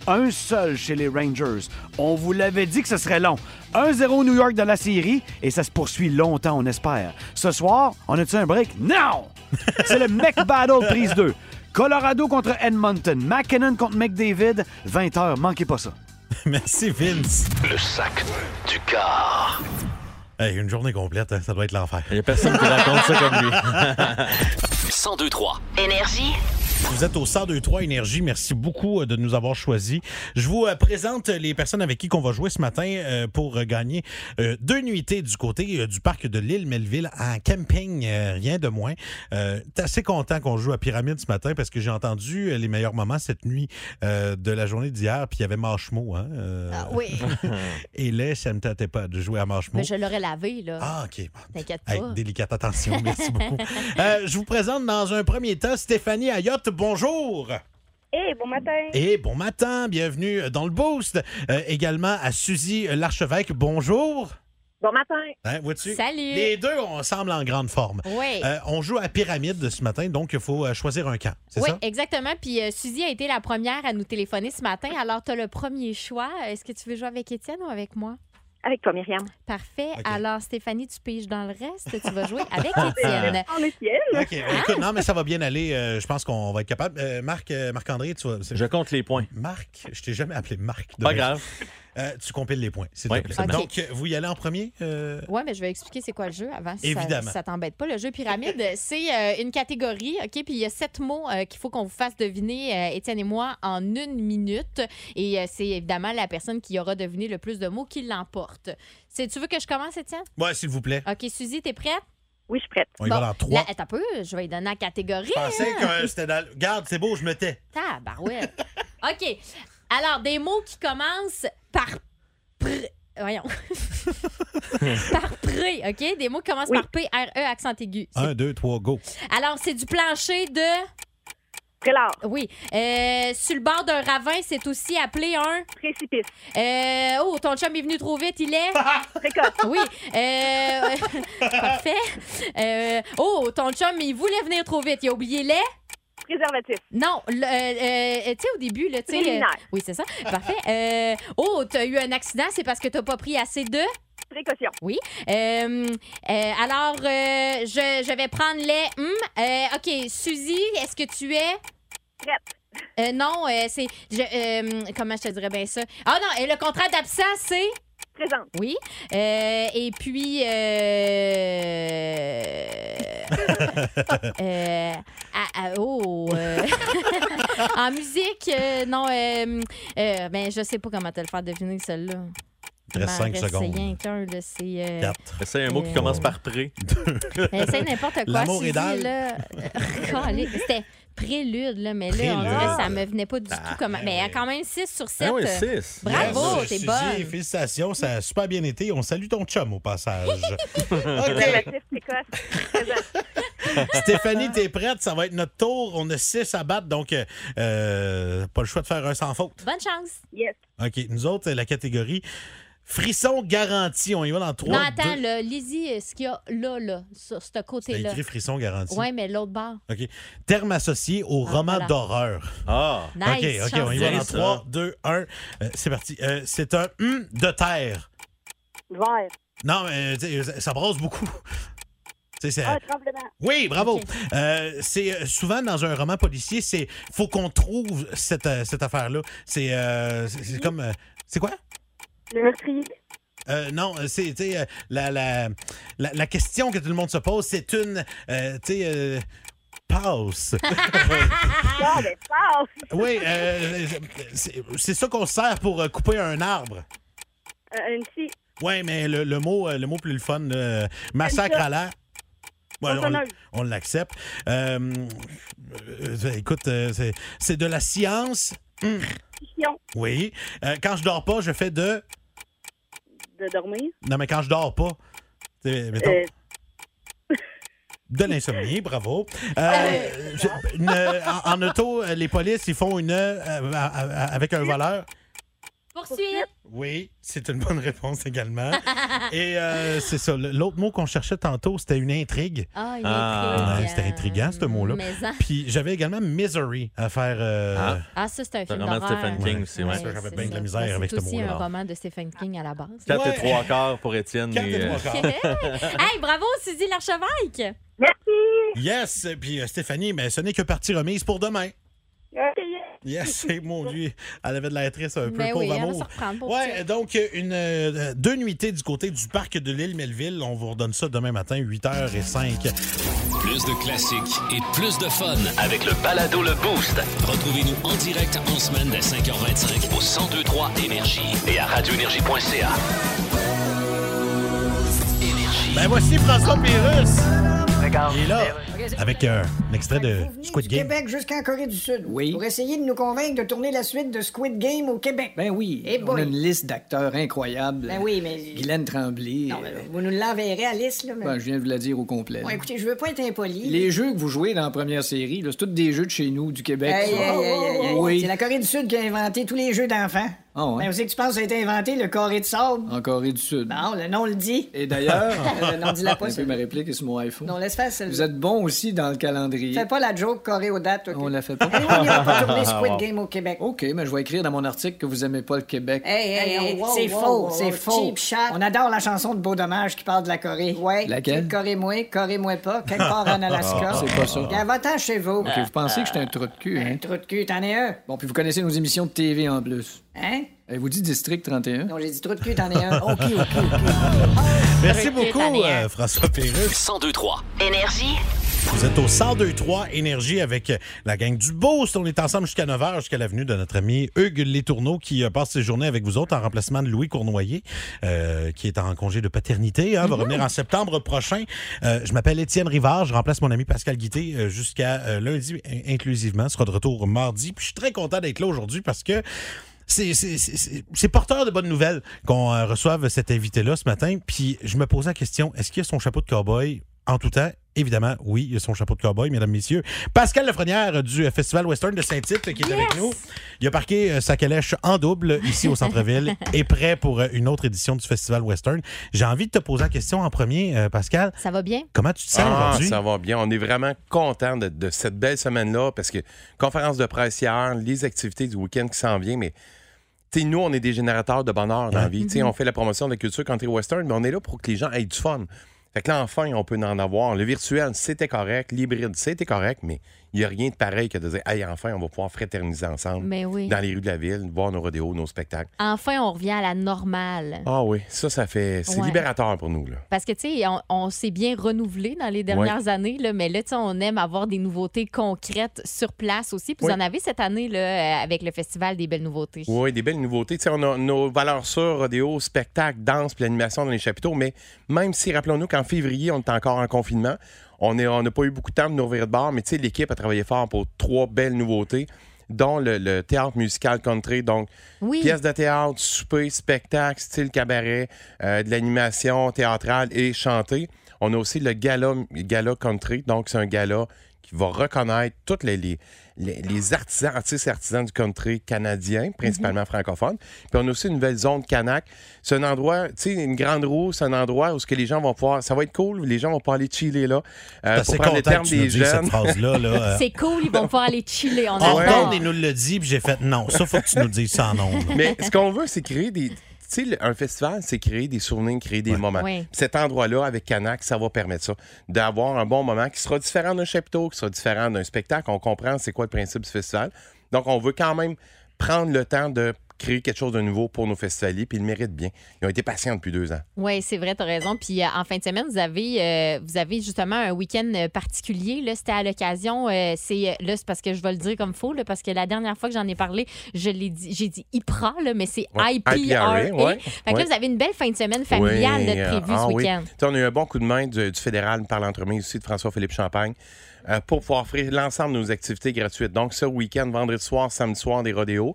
[SPEAKER 12] Un seul chez les Rangers. On vous l'avait dit que ce serait long. 1-0 New York dans la série et ça se poursuit longtemps, on espère. Ce soir, on a-tu un break? Non! C'est le mec battle prise 2. Colorado contre Edmonton. McKinnon contre McDavid. 20 h manquez pas ça.
[SPEAKER 3] Merci, Vince.
[SPEAKER 2] Le sac du car.
[SPEAKER 3] Hey, une journée complète, hein, ça doit être l'enfer. Il n'y a
[SPEAKER 8] personne qui raconte ça comme lui.
[SPEAKER 2] 1023.
[SPEAKER 10] Énergie.
[SPEAKER 3] Vous êtes au 1023 Énergie. Merci beaucoup euh, de nous avoir choisis. Je vous euh, présente les personnes avec qui qu'on va jouer ce matin euh, pour euh, gagner euh, deux nuitées du côté euh, du parc de l'île Melville en camping, euh, rien de moins. Euh, T'es assez content qu'on joue à Pyramide ce matin parce que j'ai entendu euh, les meilleurs moments cette nuit euh, de la journée d'hier, puis il y avait Marshmallow. Hein, euh,
[SPEAKER 7] Ah oui.
[SPEAKER 3] Et là, ça ne me tentait pas de jouer à Marshmallow.
[SPEAKER 7] Mais Ben, je l'aurais lavé, là.
[SPEAKER 3] Ah, OK.
[SPEAKER 7] T'inquiète pas.
[SPEAKER 3] Hey, délicate attention, merci beaucoup. Euh, je vous présente dans un premier temps Stéphanie Ayotte. Bonjour.
[SPEAKER 13] Hey, Eh, bon matin.
[SPEAKER 3] Et bon matin, bienvenue dans le Boost. Euh, également à Suzy Larchevêque. Bonjour.
[SPEAKER 13] Bon matin.
[SPEAKER 3] Hein, vois-tu?
[SPEAKER 13] Salut.
[SPEAKER 3] Les deux, on semble en grande forme.
[SPEAKER 7] Oui.
[SPEAKER 3] Euh, on joue à pyramide ce matin, donc il faut euh, choisir un camp. C'est
[SPEAKER 7] oui,
[SPEAKER 3] ça?
[SPEAKER 7] exactement. Puis euh, Suzy a été la première à nous téléphoner ce matin. Alors, tu as le premier choix. Est-ce que tu veux jouer avec Étienne ou avec moi?
[SPEAKER 13] Avec toi, Myriam.
[SPEAKER 7] Parfait. Alors, Stéphanie, tu piges dans le reste. Tu vas jouer avec Étienne.
[SPEAKER 13] On est fiers.
[SPEAKER 3] Ah, ben, OK, écoute, non, mais ça va bien aller. Euh, je pense qu'on va être capable. Euh, Marc, euh, Marc-André, tu vas. Je
[SPEAKER 8] compte les points.
[SPEAKER 3] Marc, je t'ai jamais appelé Marc.
[SPEAKER 8] Pas
[SPEAKER 3] dommage.
[SPEAKER 8] grave.
[SPEAKER 3] Euh, tu compiles les points, s'il
[SPEAKER 8] Oui,
[SPEAKER 3] te plaît.
[SPEAKER 8] absolument.
[SPEAKER 3] Donc, euh, vous y allez en premier? euh,
[SPEAKER 7] Oui, mais je vais expliquer c'est quoi le jeu avant si ça-
[SPEAKER 3] Évidemment.
[SPEAKER 7] ça, t'embête pas. Le jeu pyramide, c'est euh, une catégorie, OK? Puis il y a sept mots euh, qu'il faut qu'on vous fasse deviner, euh, Étienne et moi, en une minute. Et euh, c'est évidemment la personne qui aura deviné le plus de mots qui l'emporte. C'est- Tu veux que je commence, Étienne?
[SPEAKER 3] Ouais, s'il vous plaît.
[SPEAKER 7] OK, Suzy, t'es prête?
[SPEAKER 13] Oui, je suis prête.
[SPEAKER 3] On y va dans trois.
[SPEAKER 7] Attends un peu, je vais y donner la catégorie.
[SPEAKER 3] Je pensais
[SPEAKER 7] hein.
[SPEAKER 3] que euh, c'était dans. Garde, c'est beau, je me tais.
[SPEAKER 7] Tabarouette. OK. Alors, des mots qui commencent par. pr- Voyons. par pré, OK? Des mots qui commencent par P, R, E, accent aigu.
[SPEAKER 3] Un, deux, trois, go.
[SPEAKER 7] Alors, c'est du plancher de.
[SPEAKER 13] Prélard.
[SPEAKER 7] Oui. Euh, sur le bord d'un ravin, c'est aussi appelé un.
[SPEAKER 13] Précipice.
[SPEAKER 7] oh, ton chum est venu trop vite, il est.
[SPEAKER 13] Précoce.
[SPEAKER 7] Oui. Euh, Parfait. Euh, Oh, ton chum, il voulait venir trop vite, il a oublié les.
[SPEAKER 13] Préservatif.
[SPEAKER 7] Non, le- euh, euh, tu sais, au début, là, tu sais. euh,
[SPEAKER 13] Préliminaire.
[SPEAKER 7] oui, c'est ça. Parfait. Euh, oh, t'as eu un accident, c'est parce que t'as pas pris assez de.
[SPEAKER 13] Précaution.
[SPEAKER 7] Oui. Euh, euh, alors, euh, je, je vais prendre les. hum. Euh, OK, Suzy, est-ce que tu es.
[SPEAKER 13] Prête.
[SPEAKER 7] Euh, non, euh, c'est. je- euh, comment je te dirais bien ça? Ah non, et le contrat d'absence, c'est.
[SPEAKER 13] Présente.
[SPEAKER 7] Oui. Euh, et puis. euh, euh, ah, ah, oh. euh, en musique, euh, non. euh, euh, ben, je sais pas comment te le faire deviner, celle-là.
[SPEAKER 8] Il reste
[SPEAKER 7] Ben,
[SPEAKER 8] cinq secondes.
[SPEAKER 7] rien qu'un, là, c'est. euh,
[SPEAKER 8] C'est un mot qui commence par pré.
[SPEAKER 7] Essaye n'importe quoi.
[SPEAKER 8] L'amour est
[SPEAKER 7] Suzy,
[SPEAKER 8] dalle.
[SPEAKER 7] là. Calé. C'était prélude, là, mais là, on
[SPEAKER 3] Prélude.
[SPEAKER 7] dirait que ça me venait pas du tout.
[SPEAKER 3] Ah,
[SPEAKER 7] Comme... Mais quand même 6 sur
[SPEAKER 8] Ben
[SPEAKER 7] 7.
[SPEAKER 3] Ah oui,
[SPEAKER 7] euh,
[SPEAKER 3] six.
[SPEAKER 7] Bravo,
[SPEAKER 3] Yes,
[SPEAKER 7] t'es
[SPEAKER 3] Suzy,
[SPEAKER 7] bonne.
[SPEAKER 3] Félicitations, ça a super bien été. On salue ton chum au passage. Euh, OK.
[SPEAKER 13] Préservatif, précoce.
[SPEAKER 3] Stéphanie, t'es prête? Ça va être notre tour. On a six à battre, donc euh, euh, pas le choix de faire un sans faute.
[SPEAKER 7] Bonne chance.
[SPEAKER 13] Yes.
[SPEAKER 3] OK, nous autres, la catégorie frisson garanti. On y va dans trois.
[SPEAKER 7] non, attends,
[SPEAKER 3] deux.
[SPEAKER 7] là, Lizzie, euh, ce qu'il y a là, là, sur ce
[SPEAKER 3] T'as
[SPEAKER 7] côté-là.
[SPEAKER 3] écrit frisson garanti.
[SPEAKER 7] Oui, mais l'autre barre.
[SPEAKER 3] OK. Terme associé au
[SPEAKER 7] Ah,
[SPEAKER 3] roman
[SPEAKER 7] voilà.
[SPEAKER 3] d'horreur. Ah.
[SPEAKER 7] Nice,
[SPEAKER 3] OK, OK, on y va
[SPEAKER 7] chanceux.
[SPEAKER 3] dans 3, 2, 1. c'est parti. Euh, c'est un hum de terre.
[SPEAKER 13] Vert.
[SPEAKER 3] Non, mais euh, tu sais, ça brasse beaucoup. Tu sais, c'est-
[SPEAKER 13] Ah, tremblement.
[SPEAKER 3] Oui, bravo. Euh, c'est euh, souvent dans un roman policier, c'est faut qu'on trouve cette, euh, cette affaire-là. C'est euh, c'est- c'est comme. euh, c'est quoi?
[SPEAKER 13] Le meurtrier.
[SPEAKER 3] Euh, non, c'est tu sais, euh, la, la, la, la question que tout le monde se pose, c'est une euh, tu sais, euh, passe.
[SPEAKER 13] Ah, ben, passe.
[SPEAKER 3] oui, euh, c'est- c'est ça qu'on sert pour euh, couper un arbre.
[SPEAKER 13] Euh, une scie.
[SPEAKER 3] Oui, mais le, le mot, euh, le mot plus le fun, euh, massacre à l'air. Ouais, on-
[SPEAKER 13] Tronçonneuse.
[SPEAKER 3] on l'accepte. Euh, euh, écoute, euh, c'est- c'est de la science. Hum,
[SPEAKER 13] Fiction.
[SPEAKER 3] Oui. Euh, quand je dors pas, je fais de.
[SPEAKER 13] De dormir.
[SPEAKER 3] Non, mais quand je dors pas. tu sais, mettons,
[SPEAKER 13] Euh,
[SPEAKER 3] De l'insomnie, bravo.
[SPEAKER 7] Ah
[SPEAKER 3] Euh, je- une- en, en auto, euh, les polices, ils font une. euh, euh, avec un voleur.
[SPEAKER 7] Poursuite.
[SPEAKER 3] Oui, c'est une bonne réponse également. Et euh, c'est ça. le- L'autre mot qu'on cherchait tantôt, c'était une intrigue.
[SPEAKER 7] Ah, une
[SPEAKER 3] Ouais,
[SPEAKER 7] intrigue.
[SPEAKER 3] c'était intriguant, ce mot-là.
[SPEAKER 7] Mais en-
[SPEAKER 3] Puis j'avais également Misery à faire. euh,
[SPEAKER 8] Ah.
[SPEAKER 7] Ah, ça, c'est un
[SPEAKER 8] C'est un
[SPEAKER 7] film
[SPEAKER 8] roman de
[SPEAKER 7] d'horreur.
[SPEAKER 8] Stephen King aussi, ouais.
[SPEAKER 7] Ouais,
[SPEAKER 8] Ça, j'avais
[SPEAKER 7] c'est
[SPEAKER 8] bien de la
[SPEAKER 7] ça.
[SPEAKER 8] misère
[SPEAKER 7] Ben,
[SPEAKER 8] avec ce
[SPEAKER 7] C'est aussi un
[SPEAKER 8] mot-là.
[SPEAKER 7] roman de Stephen King à la base.
[SPEAKER 8] 4
[SPEAKER 7] Ouais.
[SPEAKER 8] et 3 quarts pour Étienne.
[SPEAKER 3] Quatre et trois quarts.
[SPEAKER 7] hey, bravo, Suzy Larchevêque!
[SPEAKER 3] Yes! Puis euh, Stéphanie, ben, ce n'est que partie remise pour demain. Yes, c'est mon Dieu. Elle avait de la triste un peu,
[SPEAKER 7] Mais
[SPEAKER 3] pauvre
[SPEAKER 7] Ben oui, elle va se
[SPEAKER 3] amour.
[SPEAKER 7] reprendre pour
[SPEAKER 3] Ouais, donc euh, une, euh, deux nuitées du côté du parc de l'île Melville. On vous redonne ça demain matin, 8h05.
[SPEAKER 1] Plus de classiques et plus de fun avec le balado Le Boost. Retrouvez-nous en direct en semaine dès 5h25 au 1023 Énergie et à radioénergie.ca.
[SPEAKER 3] Ben voici François Pérus. Il est là avec euh, un extrait de Squid
[SPEAKER 4] Du
[SPEAKER 3] Game.
[SPEAKER 4] Québec jusqu'en Corée du Sud. Pour essayer de nous convaincre de tourner la suite de Squid Game au Québec.
[SPEAKER 5] Ben oui,
[SPEAKER 4] Eh
[SPEAKER 5] on a une
[SPEAKER 4] boy.
[SPEAKER 5] liste d'acteurs incroyables.
[SPEAKER 4] Ben oui, mais-
[SPEAKER 5] Guylaine Tremblay. euh,
[SPEAKER 4] Non, mais vous nous l'enverrez, Alice, là. mais-
[SPEAKER 5] Ben, je viens de vous la dire au complet.
[SPEAKER 4] Bon, écoutez, je veux pas être impoli.
[SPEAKER 5] Les jeux que vous jouez dans la première série, là, c'est tous des jeux de chez nous, du Québec.
[SPEAKER 4] Aïe,
[SPEAKER 5] ça.
[SPEAKER 4] aïe, aïe, aïe, aïe.
[SPEAKER 5] Oui.
[SPEAKER 4] C'est la Corée du Sud qui a inventé tous les jeux d'enfants.
[SPEAKER 5] Ah ouais?
[SPEAKER 4] Ben, vous savez que tu penses que ça a été inventé, le carré de sable?
[SPEAKER 5] En Corée du Sud.
[SPEAKER 4] Non, le nom le dit.
[SPEAKER 5] Et d'ailleurs,
[SPEAKER 4] Euh, non, dis-la pas,
[SPEAKER 5] Un peu
[SPEAKER 4] celle-là.
[SPEAKER 5] ma réplique est sur mon iPhone.
[SPEAKER 4] Non, laisse faire celle-là.
[SPEAKER 5] Vous êtes bon aussi dans le calendrier.
[SPEAKER 4] Fais pas la joke carré aux dates, toi.
[SPEAKER 5] On la fait pas.
[SPEAKER 4] Allez, on ira pas tourner Squid Game au Québec.
[SPEAKER 5] OK, mais je vais écrire dans mon article que vous aimez pas le Québec.
[SPEAKER 4] Hey, hey, hey,
[SPEAKER 5] wow,
[SPEAKER 4] c'est
[SPEAKER 5] wow,
[SPEAKER 4] faux,
[SPEAKER 5] wow,
[SPEAKER 4] c'est
[SPEAKER 5] wow,
[SPEAKER 4] faux.
[SPEAKER 5] cheap shot.
[SPEAKER 4] On adore la chanson de Beau Dommage qui parle de la Corée. Ouais.
[SPEAKER 5] Laquelle?
[SPEAKER 4] Corée moi, Corée moi pas, quelque part en Alaska.
[SPEAKER 5] Ah, c'est pas ça.
[SPEAKER 4] Bien, va-t'en chez vous.
[SPEAKER 5] OK, vous pensez que j'étais un trou de cul, hein?
[SPEAKER 4] Trou de cul, t'en es un.
[SPEAKER 5] Bon, puis vous connaissez nos émissions de TV en plus.
[SPEAKER 4] Hein?
[SPEAKER 5] Avez-vous dit District 31?
[SPEAKER 4] Non, j'ai dit trou de cul, t'en es un. Ah, OK, OK.
[SPEAKER 3] Merci
[SPEAKER 4] Recul,
[SPEAKER 3] beaucoup,
[SPEAKER 4] Daniel.
[SPEAKER 3] euh, François Pérus.
[SPEAKER 1] 1023.
[SPEAKER 10] Énergie.
[SPEAKER 3] Vous êtes au 1023 Énergie avec euh, la gang du Beauce. On est ensemble jusqu'à 9h, jusqu'à l'avenue de notre ami Hugues Létourneau qui euh, passe ses journées avec vous autres en remplacement de Louis Cournoyer, euh, qui est en congé de paternité. hein, va revenir en septembre prochain. Euh, je m'appelle Étienne Rivard. Je remplace mon ami Pascal Guité euh, jusqu'à euh, lundi in- inclusivement. Il sera de retour mardi. Puis je suis très content d'être là aujourd'hui parce que c'est- c'est- c'est c'est- c'est porteur de bonnes nouvelles qu'on euh, reçoive cet invité-là ce matin. Puis je me posais la question, est-ce qu'il a son chapeau de cowboy en tout temps? Évidemment, oui, il a son chapeau de cowboy, mesdames, messieurs. Pascal Lefrenière euh, du euh, Festival Western de Saint-Tite qui est avec nous. Il a parqué euh, sa calèche en double ici au centre-ville et prêt pour euh, une autre édition du Festival Western. J'ai envie de te poser la question en premier, euh, Pascal.
[SPEAKER 7] Ça va bien?
[SPEAKER 3] Comment tu te sens
[SPEAKER 9] Ah,
[SPEAKER 3] aujourd'hui?
[SPEAKER 9] ça va bien. On est vraiment content de, de cette belle semaine-là parce que conférence de presse hier, les activités du week-end qui s'en vient, mais tu sais, nous, on est des générateurs de bonheur dans la vie. Tu
[SPEAKER 3] Mm-hmm.
[SPEAKER 9] sais,
[SPEAKER 14] Mhm.
[SPEAKER 9] On fait la promotion de la culture country western, mais on est là pour que les gens aient du fun. Fait que là, enfin, on peut en avoir. Le virtuel, c'était correct. L'hybride, c'était correct, mais il n'y a rien de pareil que de dire, hey, enfin, on va pouvoir fraterniser ensemble
[SPEAKER 7] Mais oui.
[SPEAKER 9] dans les rues de la ville, voir nos rodéos, nos spectacles.
[SPEAKER 7] Enfin, on revient à la normale.
[SPEAKER 9] Ah oui, ça, ça fait. C'est
[SPEAKER 7] Ouais.
[SPEAKER 9] libérateur pour nous, là.
[SPEAKER 7] Parce que, tu sais, on, on s'est bien renouvelé dans les dernières années, là, mais là, tu sais, on aime avoir des nouveautés concrètes sur place aussi. Puis
[SPEAKER 9] Oui.
[SPEAKER 7] vous en avez cette année là, euh, avec le Festival des belles nouveautés.
[SPEAKER 9] Oui, des belles nouveautés. Tu sais, on a nos valeurs sûres, rodéo, spectacle, danse, puis animation dans les chapiteaux. Mais même si, rappelons-nous qu'en février, on est encore en confinement, on est- on n'a pas eu beaucoup de temps de nous ouvrir de bar, mais tu sais, l'équipe a travaillé fort pour trois belles nouveautés, dont le, le théâtre musical country. Donc,
[SPEAKER 7] Oui.
[SPEAKER 9] pièces de théâtre, souper, spectacle, style cabaret, euh, de l'animation théâtrale et chantée. On a aussi le gala, gala country. Donc, c'est un gala qui va reconnaître tous les, les, les- les artisans, artistes et artisans du country canadien,
[SPEAKER 3] Mhm.
[SPEAKER 9] principalement francophone. Puis on a aussi une nouvelle zone Canac. C'est un endroit, tu sais, une grande roue, c'est un endroit où ce que les gens vont pouvoir, ça va être cool, les gens vont pouvoir aller chiller là. Euh,
[SPEAKER 3] assez content que tu nous dises cette phrase-là, là, euh,
[SPEAKER 7] C'est cool, ils vont pouvoir aller chiller. On
[SPEAKER 9] Ah
[SPEAKER 3] On
[SPEAKER 7] adore.
[SPEAKER 3] tourne et nous le dit, puis j'ai fait non. Ça, faut que tu nous le dises ça en nombre.
[SPEAKER 9] Mais ce qu'on veut, c'est créer des. Tu sais, le- un festival, c'est créer des souvenirs, créer des moments.
[SPEAKER 14] Ouais.
[SPEAKER 9] Puis Cet endroit-là, avec Canac, ça va permettre ça, d'avoir un bon moment qui sera différent d'un chapiteau, qui sera différent d'un spectacle. On comprend c'est quoi le principe du festival. Donc, on veut quand même prendre le temps de créer quelque chose de nouveau pour nos festivaliers, puis ils le méritent bien. Ils ont été patients depuis deux ans.
[SPEAKER 7] Oui, c'est vrai, tu as raison. Puis euh, en fin de semaine, vous avez, euh, vous avez justement un week-end euh, particulier. Là, c'était à l'occasion. euh, c'est là, c'est parce que je vais le dire comme faux, là, parce que la dernière fois que j'en ai parlé, je l'ai dit, j'ai dit IPRA, là, mais c'est
[SPEAKER 9] Ouais,
[SPEAKER 7] IPRA.
[SPEAKER 9] IPRA, ouais,
[SPEAKER 7] Fait que là,
[SPEAKER 9] ouais.
[SPEAKER 7] vous avez une belle fin de semaine familiale
[SPEAKER 9] Oui,
[SPEAKER 7] de prévue
[SPEAKER 9] euh, ah
[SPEAKER 7] ce
[SPEAKER 9] oui.
[SPEAKER 7] week-end.
[SPEAKER 9] Tu sais, On a eu un bon coup de main du, du fédéral par l'entremise aussi de François-Philippe Champagne euh, pour pouvoir offrir l'ensemble de nos activités gratuites. Donc, ce week-end, vendredi soir, samedi soir, des rodéos.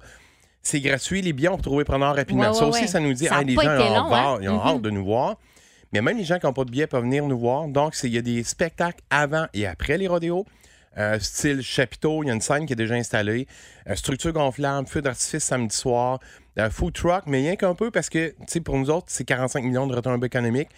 [SPEAKER 9] C'est gratuit, les billets, on peut trouver preneur rapidement.
[SPEAKER 14] Ouais, ouais,
[SPEAKER 9] ça aussi,
[SPEAKER 14] ouais.
[SPEAKER 9] ça nous dit,
[SPEAKER 14] Ça a
[SPEAKER 9] hey, les
[SPEAKER 14] pas
[SPEAKER 9] gens
[SPEAKER 14] été
[SPEAKER 9] ont,
[SPEAKER 14] long, hein?
[SPEAKER 9] hâte, ils ont
[SPEAKER 14] Mhm.
[SPEAKER 9] hâte de nous voir. Mais même les gens qui n'ont pas de billets peuvent venir nous voir. Donc, c'est- il y a des spectacles avant et après les rodéos. euh, style chapiteau. Il y a une scène qui est déjà installée. Euh, structure gonflable, feu d'artifice samedi soir, euh, food truck, mais rien qu'un peu parce que, tu sais, pour nous autres, c'est 45 millions de retombées économiques.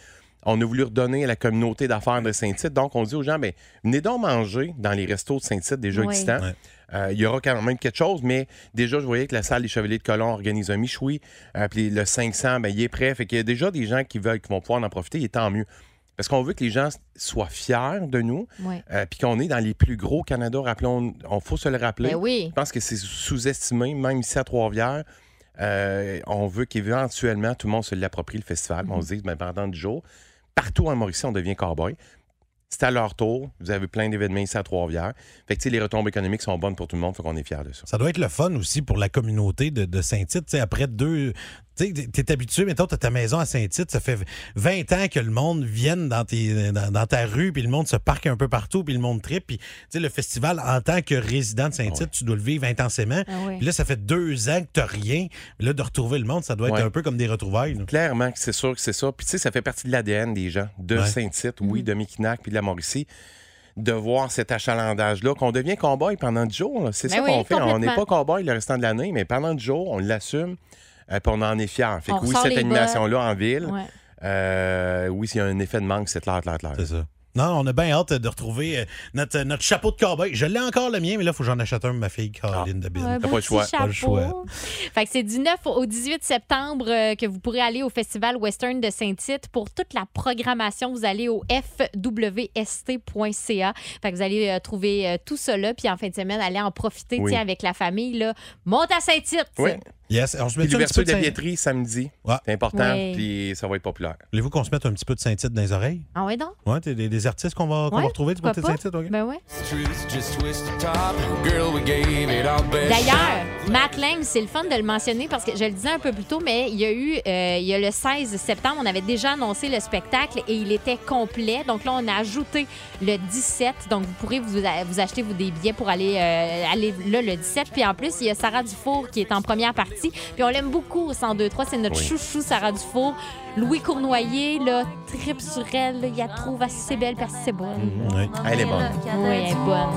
[SPEAKER 9] On a voulu redonner à la communauté d'affaires de Saint-Tite. Donc, on dit aux gens, ben, venez donc manger dans les restos de Saint-Tite déjà
[SPEAKER 14] Oui.
[SPEAKER 9] existants.
[SPEAKER 14] Ouais.
[SPEAKER 9] Euh, il y aura quand même quelque chose, mais déjà, je voyais que la salle des Chevaliers de Colomb organise un Michoui. euh, puis le 500, ben, il est prêt. Fait qu'il y a déjà des gens qui veulent, qui vont pouvoir en profiter, et tant mieux. Parce qu'on veut que les gens soient fiers de nous,
[SPEAKER 7] Ouais.
[SPEAKER 9] euh, puis qu'on est dans les plus gros Canada, rappelons, on faut se le rappeler.
[SPEAKER 7] Ben oui.
[SPEAKER 9] Je pense que c'est sous-estimé, même ici à Trois-Rivières. Euh, on veut qu'éventuellement, tout le monde se l'approprie, le festival.
[SPEAKER 7] Mm-hmm.
[SPEAKER 9] On se dit, ben, pendant 10 jours, partout en Mauricie, on devient cowboy. C'est à leur tour. Vous avez plein d'événements ici à Trois-Rivières. Fait que, tu sais, les retombées économiques sont bonnes pour tout le monde. Fait qu'on est fiers de ça.
[SPEAKER 3] Ça doit être le fun aussi pour la communauté de, de Saint-Tite. Tu sais, Après deux. Tu sais, t'es habitué, mettons, t'as ta maison à Saint-Tite, ça fait 20 ans que le monde vienne dans, tes, dans, dans ta rue, puis le monde se parque un peu partout, puis le monde tripe. Puis, tu sais, le festival, en tant que résident de Saint-Tite, tu dois le vivre intensément.
[SPEAKER 14] Ah ouais.
[SPEAKER 3] Puis là, ça fait deux ans que t'as rien. Là, de retrouver le monde, ça doit être
[SPEAKER 9] Ouais.
[SPEAKER 3] un peu comme des retrouvailles. là.
[SPEAKER 9] Clairement que c'est sûr que c'est ça. Puis tu sais, ça fait partie de l'ADN des gens, de
[SPEAKER 3] Ouais. Mhm.
[SPEAKER 9] Saint-Tite, oui, de Miquinac, puis de la Mauricie, de voir cet achalandage-là, qu'on devient cow-boy pendant 10 jours. là. C'est
[SPEAKER 14] Ben
[SPEAKER 9] ça
[SPEAKER 14] oui,
[SPEAKER 9] qu'on fait. On n'est
[SPEAKER 14] complètement.
[SPEAKER 9] pas cow-boy le restant de l'année, mais pendant 10 jours, on l'assume, euh, puis on en est fiers. Fait
[SPEAKER 14] On
[SPEAKER 9] que oui,
[SPEAKER 14] ressort
[SPEAKER 9] cette
[SPEAKER 14] les
[SPEAKER 9] animation-là en ville,
[SPEAKER 14] Ouais.
[SPEAKER 9] euh, oui, s'il y a un effet de manque, c'est clair, clair, clair. C'est
[SPEAKER 3] ça. Non, on a bien hâte de retrouver euh, notre, notre chapeau de cowboy. Je l'ai encore le mien, mais là, il faut que j'en achète un pour ma fille, Caroline de Bin.
[SPEAKER 7] Ouais, beau petit
[SPEAKER 3] Ah. Pas le choix.
[SPEAKER 7] chapeau. Fait que c'est du 9 au 18 septembre euh, que vous pourrez aller au Festival Western de Saint-Tite. Pour toute la programmation, vous allez au fwst.ca. Fait que vous allez euh, trouver euh, tout cela. Puis en fin de semaine, allez en profiter
[SPEAKER 9] Oui.
[SPEAKER 7] tiens, avec la famille. Là. Monte à Saint-Tite!
[SPEAKER 9] Oui.
[SPEAKER 3] Yes, on se met
[SPEAKER 9] Puis
[SPEAKER 3] ça un petit peu
[SPEAKER 9] l'ouverture
[SPEAKER 3] de
[SPEAKER 9] de la
[SPEAKER 3] Saint-
[SPEAKER 9] billetterie samedi, c'est important,
[SPEAKER 7] Ouais.
[SPEAKER 9] puis ça va être populaire.
[SPEAKER 3] Voulez-vous qu'on se mette un petit peu de Saint-Tite dans les oreilles?
[SPEAKER 7] Ah ouais donc?
[SPEAKER 3] Ouais, t'es des, des artistes qu'on va, qu'on
[SPEAKER 7] Ouais,
[SPEAKER 3] va retrouver du
[SPEAKER 7] pourquoi
[SPEAKER 3] côté de
[SPEAKER 7] pas?
[SPEAKER 3] Saint-Tite, OK?
[SPEAKER 7] Ben ouais.
[SPEAKER 14] D'ailleurs,
[SPEAKER 7] D'ailleurs, Matt Lang, c'est le fun de le mentionner parce que je le disais un peu plus tôt, mais il y a eu, euh, il y a le 16 septembre, on avait déjà annoncé le spectacle et il était complet. Donc là, on a ajouté le 17. Donc vous pourrez vous, vous acheter vous, des billets pour aller, euh, aller là le 17. Puis en plus, il y a Sarah Dufour qui est en première partie. Puis on l'aime beaucoup au 102.3. C'est notre
[SPEAKER 9] Oui.
[SPEAKER 7] chouchou, Sarah Dufour. Louis Cournoyer, là, trip sur elle. là, il la trouve assez belle parce que c'est bonne.
[SPEAKER 3] Oui.
[SPEAKER 9] Elle est bonne.
[SPEAKER 7] Oui, elle est bonne.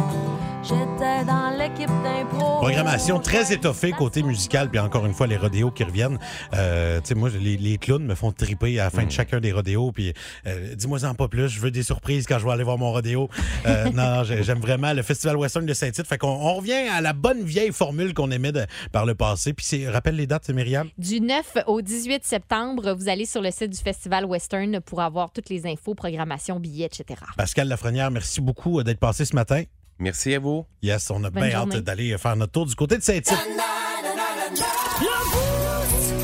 [SPEAKER 15] J'étais dans l'équipe d'impro.
[SPEAKER 3] Programmation très étoffée côté musical, puis encore une fois, les rodéos qui reviennent. Euh, tu sais, moi, les, les clowns me font triper à la
[SPEAKER 9] Mm.
[SPEAKER 3] fin de chacun des rodéos, puis euh, dis-moi-en pas plus, je veux des surprises quand je vais aller voir mon rodéo. Euh, non, j'ai- j'aime vraiment le Festival Western de Saint-Tite. Fait qu'on on revient à la bonne vieille formule qu'on aimait de- par le passé. Puis c'est- rappelle les dates, Myriam?
[SPEAKER 7] Du 9 au 18 septembre, vous allez sur le site du Festival Western pour avoir toutes les infos, programmation, billets, etc.
[SPEAKER 3] Pascal Lafrenière, merci beaucoup euh, d'être passé ce matin.
[SPEAKER 9] Merci à vous.
[SPEAKER 3] Yes, on a
[SPEAKER 7] Bonne
[SPEAKER 3] bien
[SPEAKER 7] journée.
[SPEAKER 3] hâte d'aller faire notre tour du côté de Saint-Tite.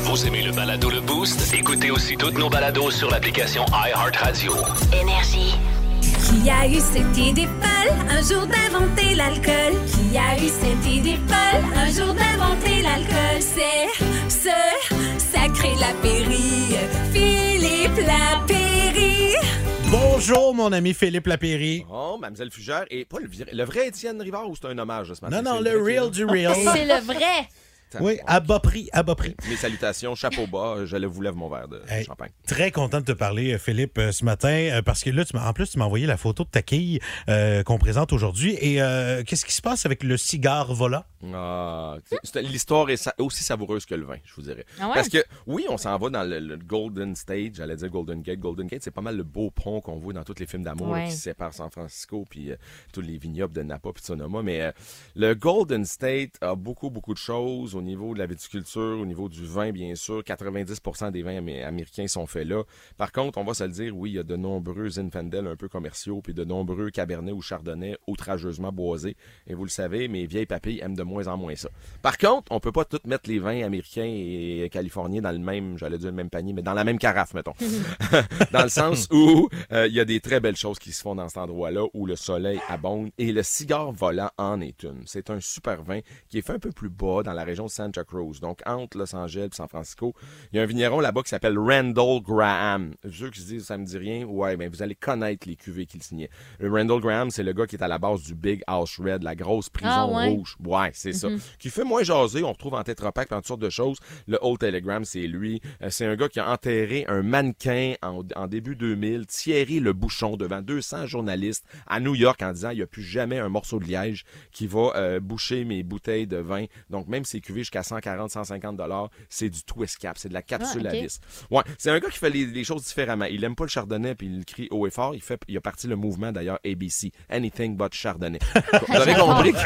[SPEAKER 2] Vous aimez le balado Le Boost? Écoutez aussi toutes nos balados sur l'application iHeartRadio.
[SPEAKER 10] Énergie.
[SPEAKER 16] Qui a eu cette idée folle un jour d'inventer l'alcool? Qui a eu cette idée folle un jour d'inventer l'alcool? C'est ce sacré Lapéry, Philippe Lapéry.
[SPEAKER 3] Bonjour, mon ami Philippe Lapéry.
[SPEAKER 17] Oh, Mademoiselle Fugère, et pas le, vir- le vrai Étienne Rivard ou c'est un hommage ce matin?
[SPEAKER 3] Non, non,
[SPEAKER 17] C'est
[SPEAKER 3] le real du real.
[SPEAKER 7] C'est le vrai.
[SPEAKER 3] Oui, à bas prix, à bas prix.
[SPEAKER 17] Mes salutations, chapeau bas, je le vous lève mon verre de
[SPEAKER 3] Hey,
[SPEAKER 17] champagne.
[SPEAKER 3] Très content de te parler, euh, Philippe, euh, ce matin, euh, parce que là, tu m'as- en plus, tu m'as envoyé la photo de ta quille euh, qu'on présente aujourd'hui. Et euh, qu'est-ce qui se passe avec le cigare volant?
[SPEAKER 17] Ah, c'est- c'est- L'histoire est sa- aussi savoureuse que le vin, je vous dirais.
[SPEAKER 3] Ah ouais?
[SPEAKER 17] Parce que, oui, on s'en va dans le, le Golden Stage, j'allais dire Golden Gate. Golden Gate, c'est pas mal le beau pont qu'on voit dans tous les films d'amour là,
[SPEAKER 14] Ouais.
[SPEAKER 17] qui séparent San Francisco puis euh, tous les vignobles de Napa puis de Sonoma. Mais euh, le Golden State a beaucoup, beaucoup de choses au niveau de la viticulture, au niveau du vin, bien sûr. 90 des vins amé- américains sont faits là. Par contre, on va se le dire, oui, il y a de nombreux Infandel un peu commerciaux puis de nombreux Cabernet ou Chardonnay outrageusement boisés. Et vous le savez, mes vieilles papilles aiment de moins en moins ça. Par contre, on peut pas toutes mettre les vins américains et californiens dans le même, j'allais dire le même panier, mais dans la même carafe, mettons. dans le sens où euh, il y a des très belles choses qui se font dans cet endroit-là où le soleil abonde et le cigare volant en est une. C'est un super vin qui est fait un peu plus bas dans la région de Santa Cruz, donc entre Los Angeles et San Francisco. Il y a un vigneron là-bas qui s'appelle Randall Graham. Ceux qui se disent ça me dit rien, ouais, ben vous allez connaître les cuvées qu'il signait. Le Randall Graham, c'est le gars qui est à la base du Big House Red, la grosse prison
[SPEAKER 14] Ah ouais?
[SPEAKER 17] rouge. Ouais, Exact, c'est
[SPEAKER 14] Mhm.
[SPEAKER 17] ça. Qui fait moins jaser, on retrouve en Tetra Pak plein de sortes de choses. Le Old Telegram, c'est lui. Euh, C'est un gars qui a enterré un mannequin en, en début 2000, Thierry Le Bouchon, devant 200 journalistes à New York en disant il n'y a plus jamais un morceau de liège qui va euh, boucher mes bouteilles de vin. Donc, même ces cuvées jusqu'à 140, 150 dollars, c'est du twist cap, c'est de la capsule
[SPEAKER 14] Ah, ok.
[SPEAKER 17] à vis. Ouais, c'est un gars qui fait les, les choses différemment. Il aime pas le chardonnay puis il le crie haut et fort. Il fait, il a parti le mouvement d'ailleurs ABC, Anything But Chardonnay. Vous avez compris que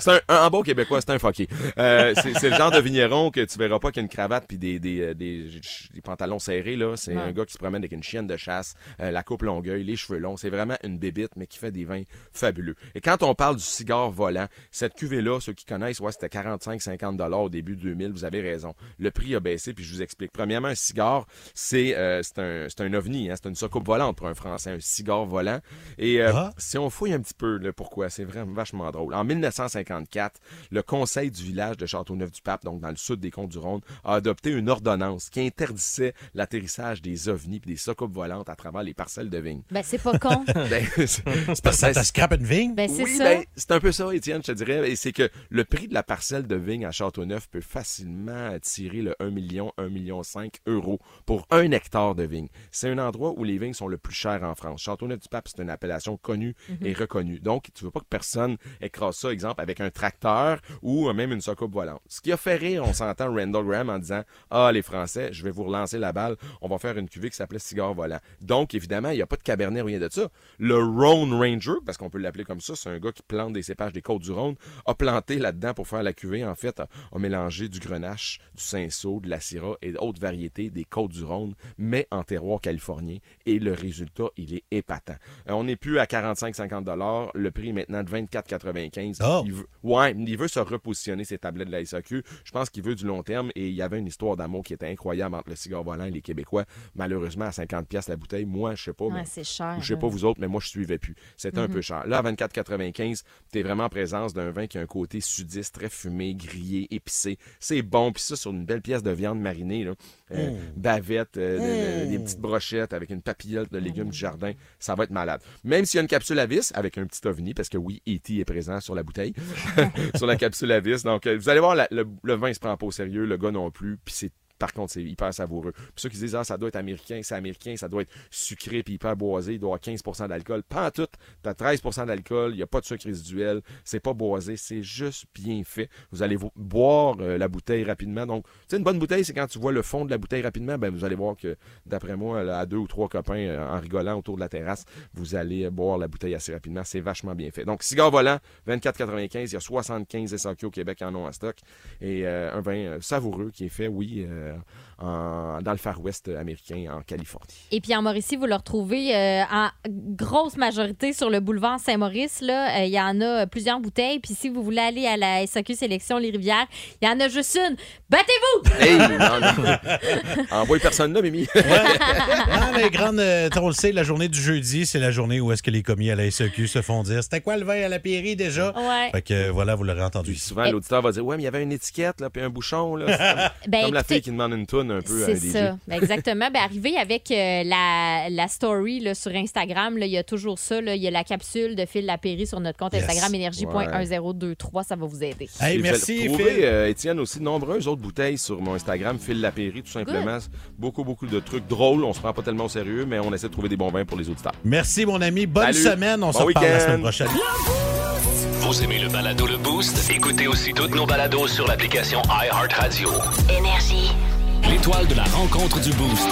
[SPEAKER 17] c'est un, un- en bon québécois, c'est un fucké. Euh, c'est c'est le genre de vigneron que tu verras pas qu'il y a une cravate puis des, des, euh, des- des pantalons serrés là. C'est
[SPEAKER 14] Ouais.
[SPEAKER 17] un gars qui se promène avec une chienne de chasse, euh, la coupe longueuil, les cheveux longs. C'est vraiment une bébite mais qui fait des vins fabuleux. Et quand on parle du cigare volant, cette cuvée là, ceux qui connaissent, ouais, c'était 45-50 dollars au début 2000. Vous avez raison. Le prix a baissé puis je vous explique. Premièrement, un cigare, c'est euh, c'est un c'est un ovni, hein, c'est une soucoupe volante pour un Français, un cigare volant. Et euh, si on fouille un petit peu le pourquoi, c'est vraiment vachement drôle. En 1954, le conseil du village de Châteauneuf-du-Pape, donc dans le sud des Côtes-du-Rhône, a adopté une ordonnance qui interdisait l'atterrissage des ovnis et des soucoupes volantes à travers les parcelles de vignes.
[SPEAKER 7] Ben, c'est pas con.
[SPEAKER 17] Ben, c'est
[SPEAKER 3] parce que ça te scrape une vigne?
[SPEAKER 7] Ben, c'est
[SPEAKER 17] oui,
[SPEAKER 7] ça.
[SPEAKER 17] ben, c'est un peu ça, Étienne, je te dirais. Et c'est que le prix de la parcelle de vigne à Châteauneuf peut facilement attirer le 1 million, 1 million 5 euros pour un hectare de vigne. C'est un endroit où les vignes sont le plus chères en France. Châteauneuf-du-Pape, c'est une appellation connue
[SPEAKER 14] Mhm.
[SPEAKER 17] et reconnue. Donc, tu veux pas que personne écrase ça, exemple, avec un tracteur ou euh, même une soucoupe volante. Ce qui a fait rire, on s'entend Randall Graham en disant Ah, les Français, je vais vous relancer la balle. On va faire une cuvée qui s'appelait Cigare volant. Donc, évidemment, il n'y a pas de cabernet ou rien de ça. Le Rhone Ranger, parce qu'on peut l'appeler comme ça, c'est un gars qui plante des cépages des Côtes-du-Rhône, a planté là-dedans pour faire la cuvée. En fait, a, a mélangé du grenache, du cinceau, de la syrah et d'autres variétés des Côtes-du-Rhône, mais en terroir californien. Et le résultat, il est épatant. Euh, on n'est plus à 45-50 Le prix est maintenant de 24,95 il veut, ouais, il veut se repositionner ses tablettes de la SAQ. Je pense qu'il veut du long terme et il y avait une histoire d'amour qui était incroyable entre le cigare volant et les Québécois. Malheureusement, à 50 pièces la bouteille, moi, je sais pas.
[SPEAKER 7] Ouais,
[SPEAKER 17] Oh, mais-
[SPEAKER 7] Ah, c'est cher, hein.
[SPEAKER 17] Je sais
[SPEAKER 7] là.
[SPEAKER 17] pas vous autres, mais moi, je suivais plus. C'était un
[SPEAKER 7] Mhm.
[SPEAKER 17] peu cher. Là, à 24,95, t'es vraiment en présence d'un vin qui a un côté sudiste, très fumé, grillé, épicé. C'est bon. Puis ça, sur une belle pièce de viande marinée, là, euh,
[SPEAKER 14] Mm.
[SPEAKER 17] bavette, euh, de- de-
[SPEAKER 14] Mm.
[SPEAKER 17] des petites brochettes avec une papillote de légumes du jardin, ça va être malade. Même s'il y a une capsule à vis avec un petit ovni, parce que oui, E.T. est présent sur la bouteille, sur la capsule à vis. Donc, euh, vous allez voir, la- le, le vin se prend pas au sérieux, le gars non plus, puis c'est par contre, c'est hyper savoureux. Puis ceux qui disent, ah, ça doit être américain, c'est américain, ça doit être sucré puis hyper boisé, il doit avoir 15 d'alcool. Pas en tout, t'as 13 d'alcool, il n'y a pas de sucre résiduel, c'est pas boisé, c'est juste bien fait. Vous allez vo- boire euh, la bouteille rapidement. Donc, tu sais, une bonne bouteille, c'est quand tu vois le fond de la bouteille rapidement, ben, vous allez voir que, d'après moi, là, à deux ou trois copains, euh, en rigolant autour de la terrasse, vous allez euh, boire la bouteille assez rapidement. C'est vachement bien fait. Donc, cigare volant, 24,95. Il y a 75 SAQ au Québec qui en ont en stock. Et euh, un vin euh, savoureux qui est fait, oui, euh, en- dans le Far West américain, en Californie.
[SPEAKER 7] Et puis en Mauricie, vous le retrouvez euh, en grosse majorité sur le boulevard Saint-Maurice. là. Euh, Il y en a euh, plusieurs bouteilles. Puis si vous voulez aller à la SAQ Sélection Les Rivières, il y en a juste une. Battez-vous!
[SPEAKER 17] Hey, non, non. Envoie personne là, Mimi.
[SPEAKER 3] Dans les grandes, euh, on le sait, la journée du jeudi, c'est la journée où est-ce que les commis à la SEQ se font dire c'était quoi le vin à la Pairie déjà?
[SPEAKER 7] Ouais.
[SPEAKER 3] Fait que euh, voilà, vous l'aurez entendu.
[SPEAKER 7] Eh.
[SPEAKER 17] Souvent, l'auditeur va dire Ouais, mais il y avait une étiquette, là, puis un bouchon. Là. C'est comme,
[SPEAKER 7] Ben,
[SPEAKER 17] comme la
[SPEAKER 7] écoutez,
[SPEAKER 17] fille qui demande une toune un peu à un
[SPEAKER 7] C'est
[SPEAKER 17] DJ.
[SPEAKER 7] ça, Ben, exactement. Ben, arrivé avec euh, la, la story là, sur Instagram, là, il y a toujours ça. là. Il y a la capsule de Phil Lapéry sur notre compte
[SPEAKER 17] Yes.
[SPEAKER 7] Instagram énergie.1023. Ça va vous aider.
[SPEAKER 17] Et vous allez retrouver, euh, Étienne, aussi nombreuses autres bouteilles sur mon Instagram, Phil Lapéry, tout simplement. Beaucoup, beaucoup de trucs drôles. On se prend pas tellement au sérieux, mais on essaie de trouver des bons vins pour les auditeurs.
[SPEAKER 3] Merci, mon ami. Bonne
[SPEAKER 17] Salut.
[SPEAKER 3] semaine. On
[SPEAKER 17] Bon
[SPEAKER 3] se reparle la
[SPEAKER 17] week-end.
[SPEAKER 3] semaine prochaine.
[SPEAKER 2] Vous aimez le balado Le Boost? Écoutez aussi toutes nos balados sur l'application iHeartRadio.
[SPEAKER 10] Énergie.
[SPEAKER 2] L'étoile de la rencontre du Boost.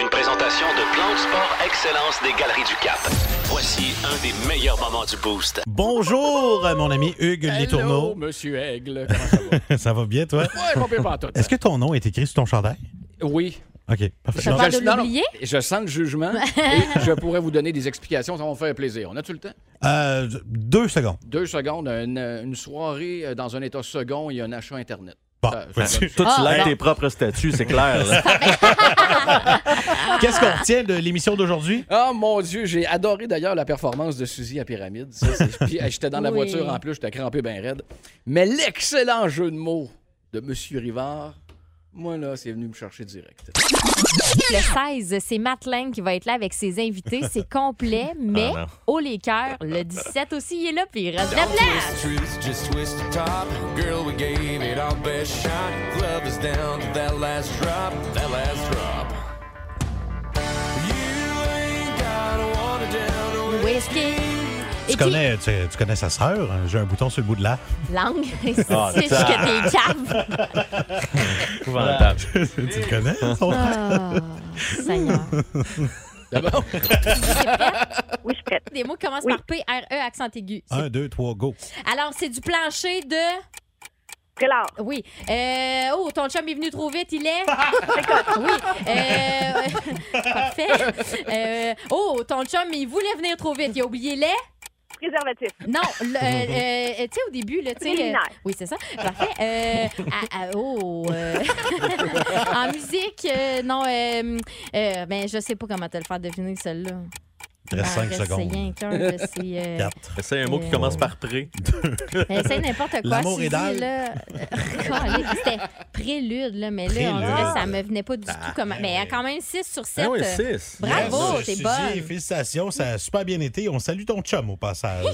[SPEAKER 2] Une présentation de Plan de Sport Excellence des Galeries du Cap. Voici un des meilleurs moments du Boost.
[SPEAKER 3] Bonjour, euh, mon ami Hugues Létourneau.
[SPEAKER 18] Monsieur Aigle, comment ça va?
[SPEAKER 3] ça va bien, toi?
[SPEAKER 18] Ouais, pas pire pantoute.
[SPEAKER 3] Est-ce que ton nom est écrit sur ton chandail?
[SPEAKER 18] Oui.
[SPEAKER 3] OK, parfait.
[SPEAKER 18] Je- je- non, non, Je sens le jugement et je pourrais vous donner des explications, ça va me faire plaisir. On a-tu le temps?
[SPEAKER 3] Euh, deux secondes.
[SPEAKER 18] Deux secondes, une, une soirée euh, dans un état second, il y a un achat Internet. Ça- ça
[SPEAKER 3] ben,
[SPEAKER 8] Toi,
[SPEAKER 18] donne-
[SPEAKER 8] tu
[SPEAKER 7] Ah,
[SPEAKER 8] lèves tes propres statuts, c'est clair. là.
[SPEAKER 3] Qu'est-ce qu'on retient de l'émission d'aujourd'hui?
[SPEAKER 18] Ah mon Dieu, j'ai adoré d'ailleurs la performance de Suzy à Pyramide. Ça, c'est- Puis euh, j'étais ben dans la
[SPEAKER 14] Oui.
[SPEAKER 18] voiture en plus, j'étais crampé bien raide. Mais l'excellent jeu de mots de Monsieur Rivard Moi, là, c'est venu me chercher direct.
[SPEAKER 7] Le 16, c'est Matt Lang qui va être là avec ses invités. C'est complet, mais
[SPEAKER 18] Ah non.
[SPEAKER 7] oh les cœurs, le 17 aussi, il est là, puis il reste de la place.
[SPEAKER 14] Truth, just twist the top. Girl, we gave it our best shot. Love is down to that last drop, that last drop. You ain't gotta water down the
[SPEAKER 7] whiskey.
[SPEAKER 3] Tu
[SPEAKER 7] Et puis,
[SPEAKER 3] connais, tu, tu connais sa sœur? hein? J'ai un bouton sur le bout de là.
[SPEAKER 7] langue, c'est
[SPEAKER 3] Ah,
[SPEAKER 7] juste
[SPEAKER 3] ça.
[SPEAKER 7] que t'es cave.
[SPEAKER 3] Épouvantable. tu le connais, hein, son
[SPEAKER 7] Ah, Seigneur.
[SPEAKER 3] D'abord.
[SPEAKER 7] Oui, je prête. Les mots commencent par P, R, E, accent aigu.
[SPEAKER 3] Un, deux, trois, go.
[SPEAKER 7] Alors, c'est du plancher de. Prélard. Oui. Euh, Oh, ton chum est venu trop vite, il est. oui. Euh, Parfait. Euh, Oh, ton chum, il voulait venir trop vite. Il a oublié les. Préservatif. Non, le- euh, euh, tu sais, au début, là, tu sais. le-
[SPEAKER 13] Préliminaire.
[SPEAKER 7] Oui, c'est ça. Parfait. Euh, à- à- oh. euh, en musique, euh, non, euh, euh, ben, je sais pas comment te le faire deviner, celle-là.
[SPEAKER 8] Il reste cinq
[SPEAKER 7] Ah, reste
[SPEAKER 8] secondes.
[SPEAKER 7] rien qu'un, là, c'est, euh,
[SPEAKER 8] Quatre. Essaye un mot qui commence par pré.
[SPEAKER 7] Essaye n'importe quoi.
[SPEAKER 8] L'amour
[SPEAKER 7] Suzy,
[SPEAKER 8] est dalle.
[SPEAKER 7] là. Calé, C'était prélude, là, mais là, on
[SPEAKER 3] Prélude.
[SPEAKER 7] dirait que ça me venait pas du tout. Comme... Mais euh, quand même 6 sur 7.
[SPEAKER 3] Ah oui, six.
[SPEAKER 7] Bravo,
[SPEAKER 3] Yes,
[SPEAKER 7] t'es
[SPEAKER 3] Suzy,
[SPEAKER 7] bonne.
[SPEAKER 3] Félicitations, ça a super bien été. On salue ton chum au passage.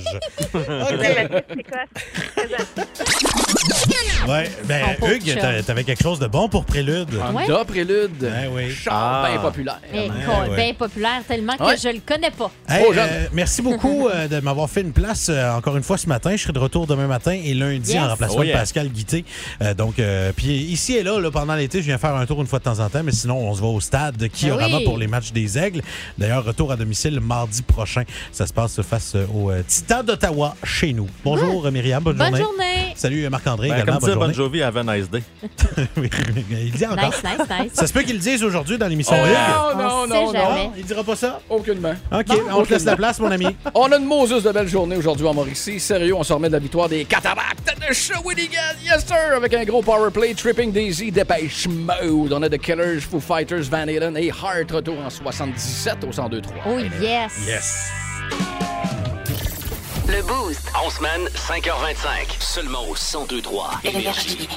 [SPEAKER 3] Ouais, ben,
[SPEAKER 18] Ton pauvre
[SPEAKER 3] Hugues,
[SPEAKER 18] chum.
[SPEAKER 3] t'a- t'avais quelque chose de bon pour prélude. Ben
[SPEAKER 18] Ouais. Honda prélude.
[SPEAKER 3] oui.
[SPEAKER 18] Char
[SPEAKER 3] Ah.
[SPEAKER 18] bien populaire.
[SPEAKER 7] Mais
[SPEAKER 3] Ouais,
[SPEAKER 7] con-
[SPEAKER 3] ouais.
[SPEAKER 7] Eh, bien populaire tellement que
[SPEAKER 3] Ouais.
[SPEAKER 7] je le connais pas.
[SPEAKER 3] Hey, euh, merci beaucoup euh, de m'avoir fait une place euh, encore une fois ce matin. Je serai de retour demain matin et lundi
[SPEAKER 7] Yes.
[SPEAKER 3] en remplacement
[SPEAKER 8] Oh, yeah.
[SPEAKER 3] de Pascal Guité. Euh, donc, euh, puis ici et là, là, pendant l'été, je viens faire un tour une fois de temps en temps, mais sinon, on se va au stade Kiorama
[SPEAKER 8] oui.
[SPEAKER 3] pour les matchs des Aigles. D'ailleurs, retour à domicile mardi prochain. Ça se passe face euh, au euh, Titan d'Ottawa chez nous. Bonjour euh, Myriam, bonne,
[SPEAKER 7] Ah. Bonne
[SPEAKER 3] journée.
[SPEAKER 7] journée.
[SPEAKER 3] Salut euh, Marc-André
[SPEAKER 8] Ben,
[SPEAKER 3] également,
[SPEAKER 8] comme
[SPEAKER 3] bonne
[SPEAKER 8] ça, Bon
[SPEAKER 3] journée.
[SPEAKER 8] Jovi, have a nice day.
[SPEAKER 3] Il dit encore.
[SPEAKER 7] Nice, nice, nice.
[SPEAKER 3] Ça se peut qu'il le dise aujourd'hui dans l'émission.
[SPEAKER 18] Oh, non,
[SPEAKER 3] Hugues.
[SPEAKER 18] non,
[SPEAKER 7] Ah, sait
[SPEAKER 18] non,
[SPEAKER 7] jamais.
[SPEAKER 18] non.
[SPEAKER 3] Ah, Il dira pas ça?
[SPEAKER 18] Aucunement.
[SPEAKER 3] OK, on te laisse la place, mon ami.
[SPEAKER 18] on a une Moses de belle journée aujourd'hui en Mauricie. Sérieux, on se remet de la victoire des cataractes de Shawinigan. Yes, sir! Avec un gros power play, Tripping Daisy, Dépêche Mode. On a The Killers, Foo Fighters, Van Halen et Heart retour en 77 au 102-3.
[SPEAKER 7] Oh, yes.
[SPEAKER 3] Yes. euh,
[SPEAKER 2] Le Boost. En semaine, 5h25. Seulement au 102-3. Énergie.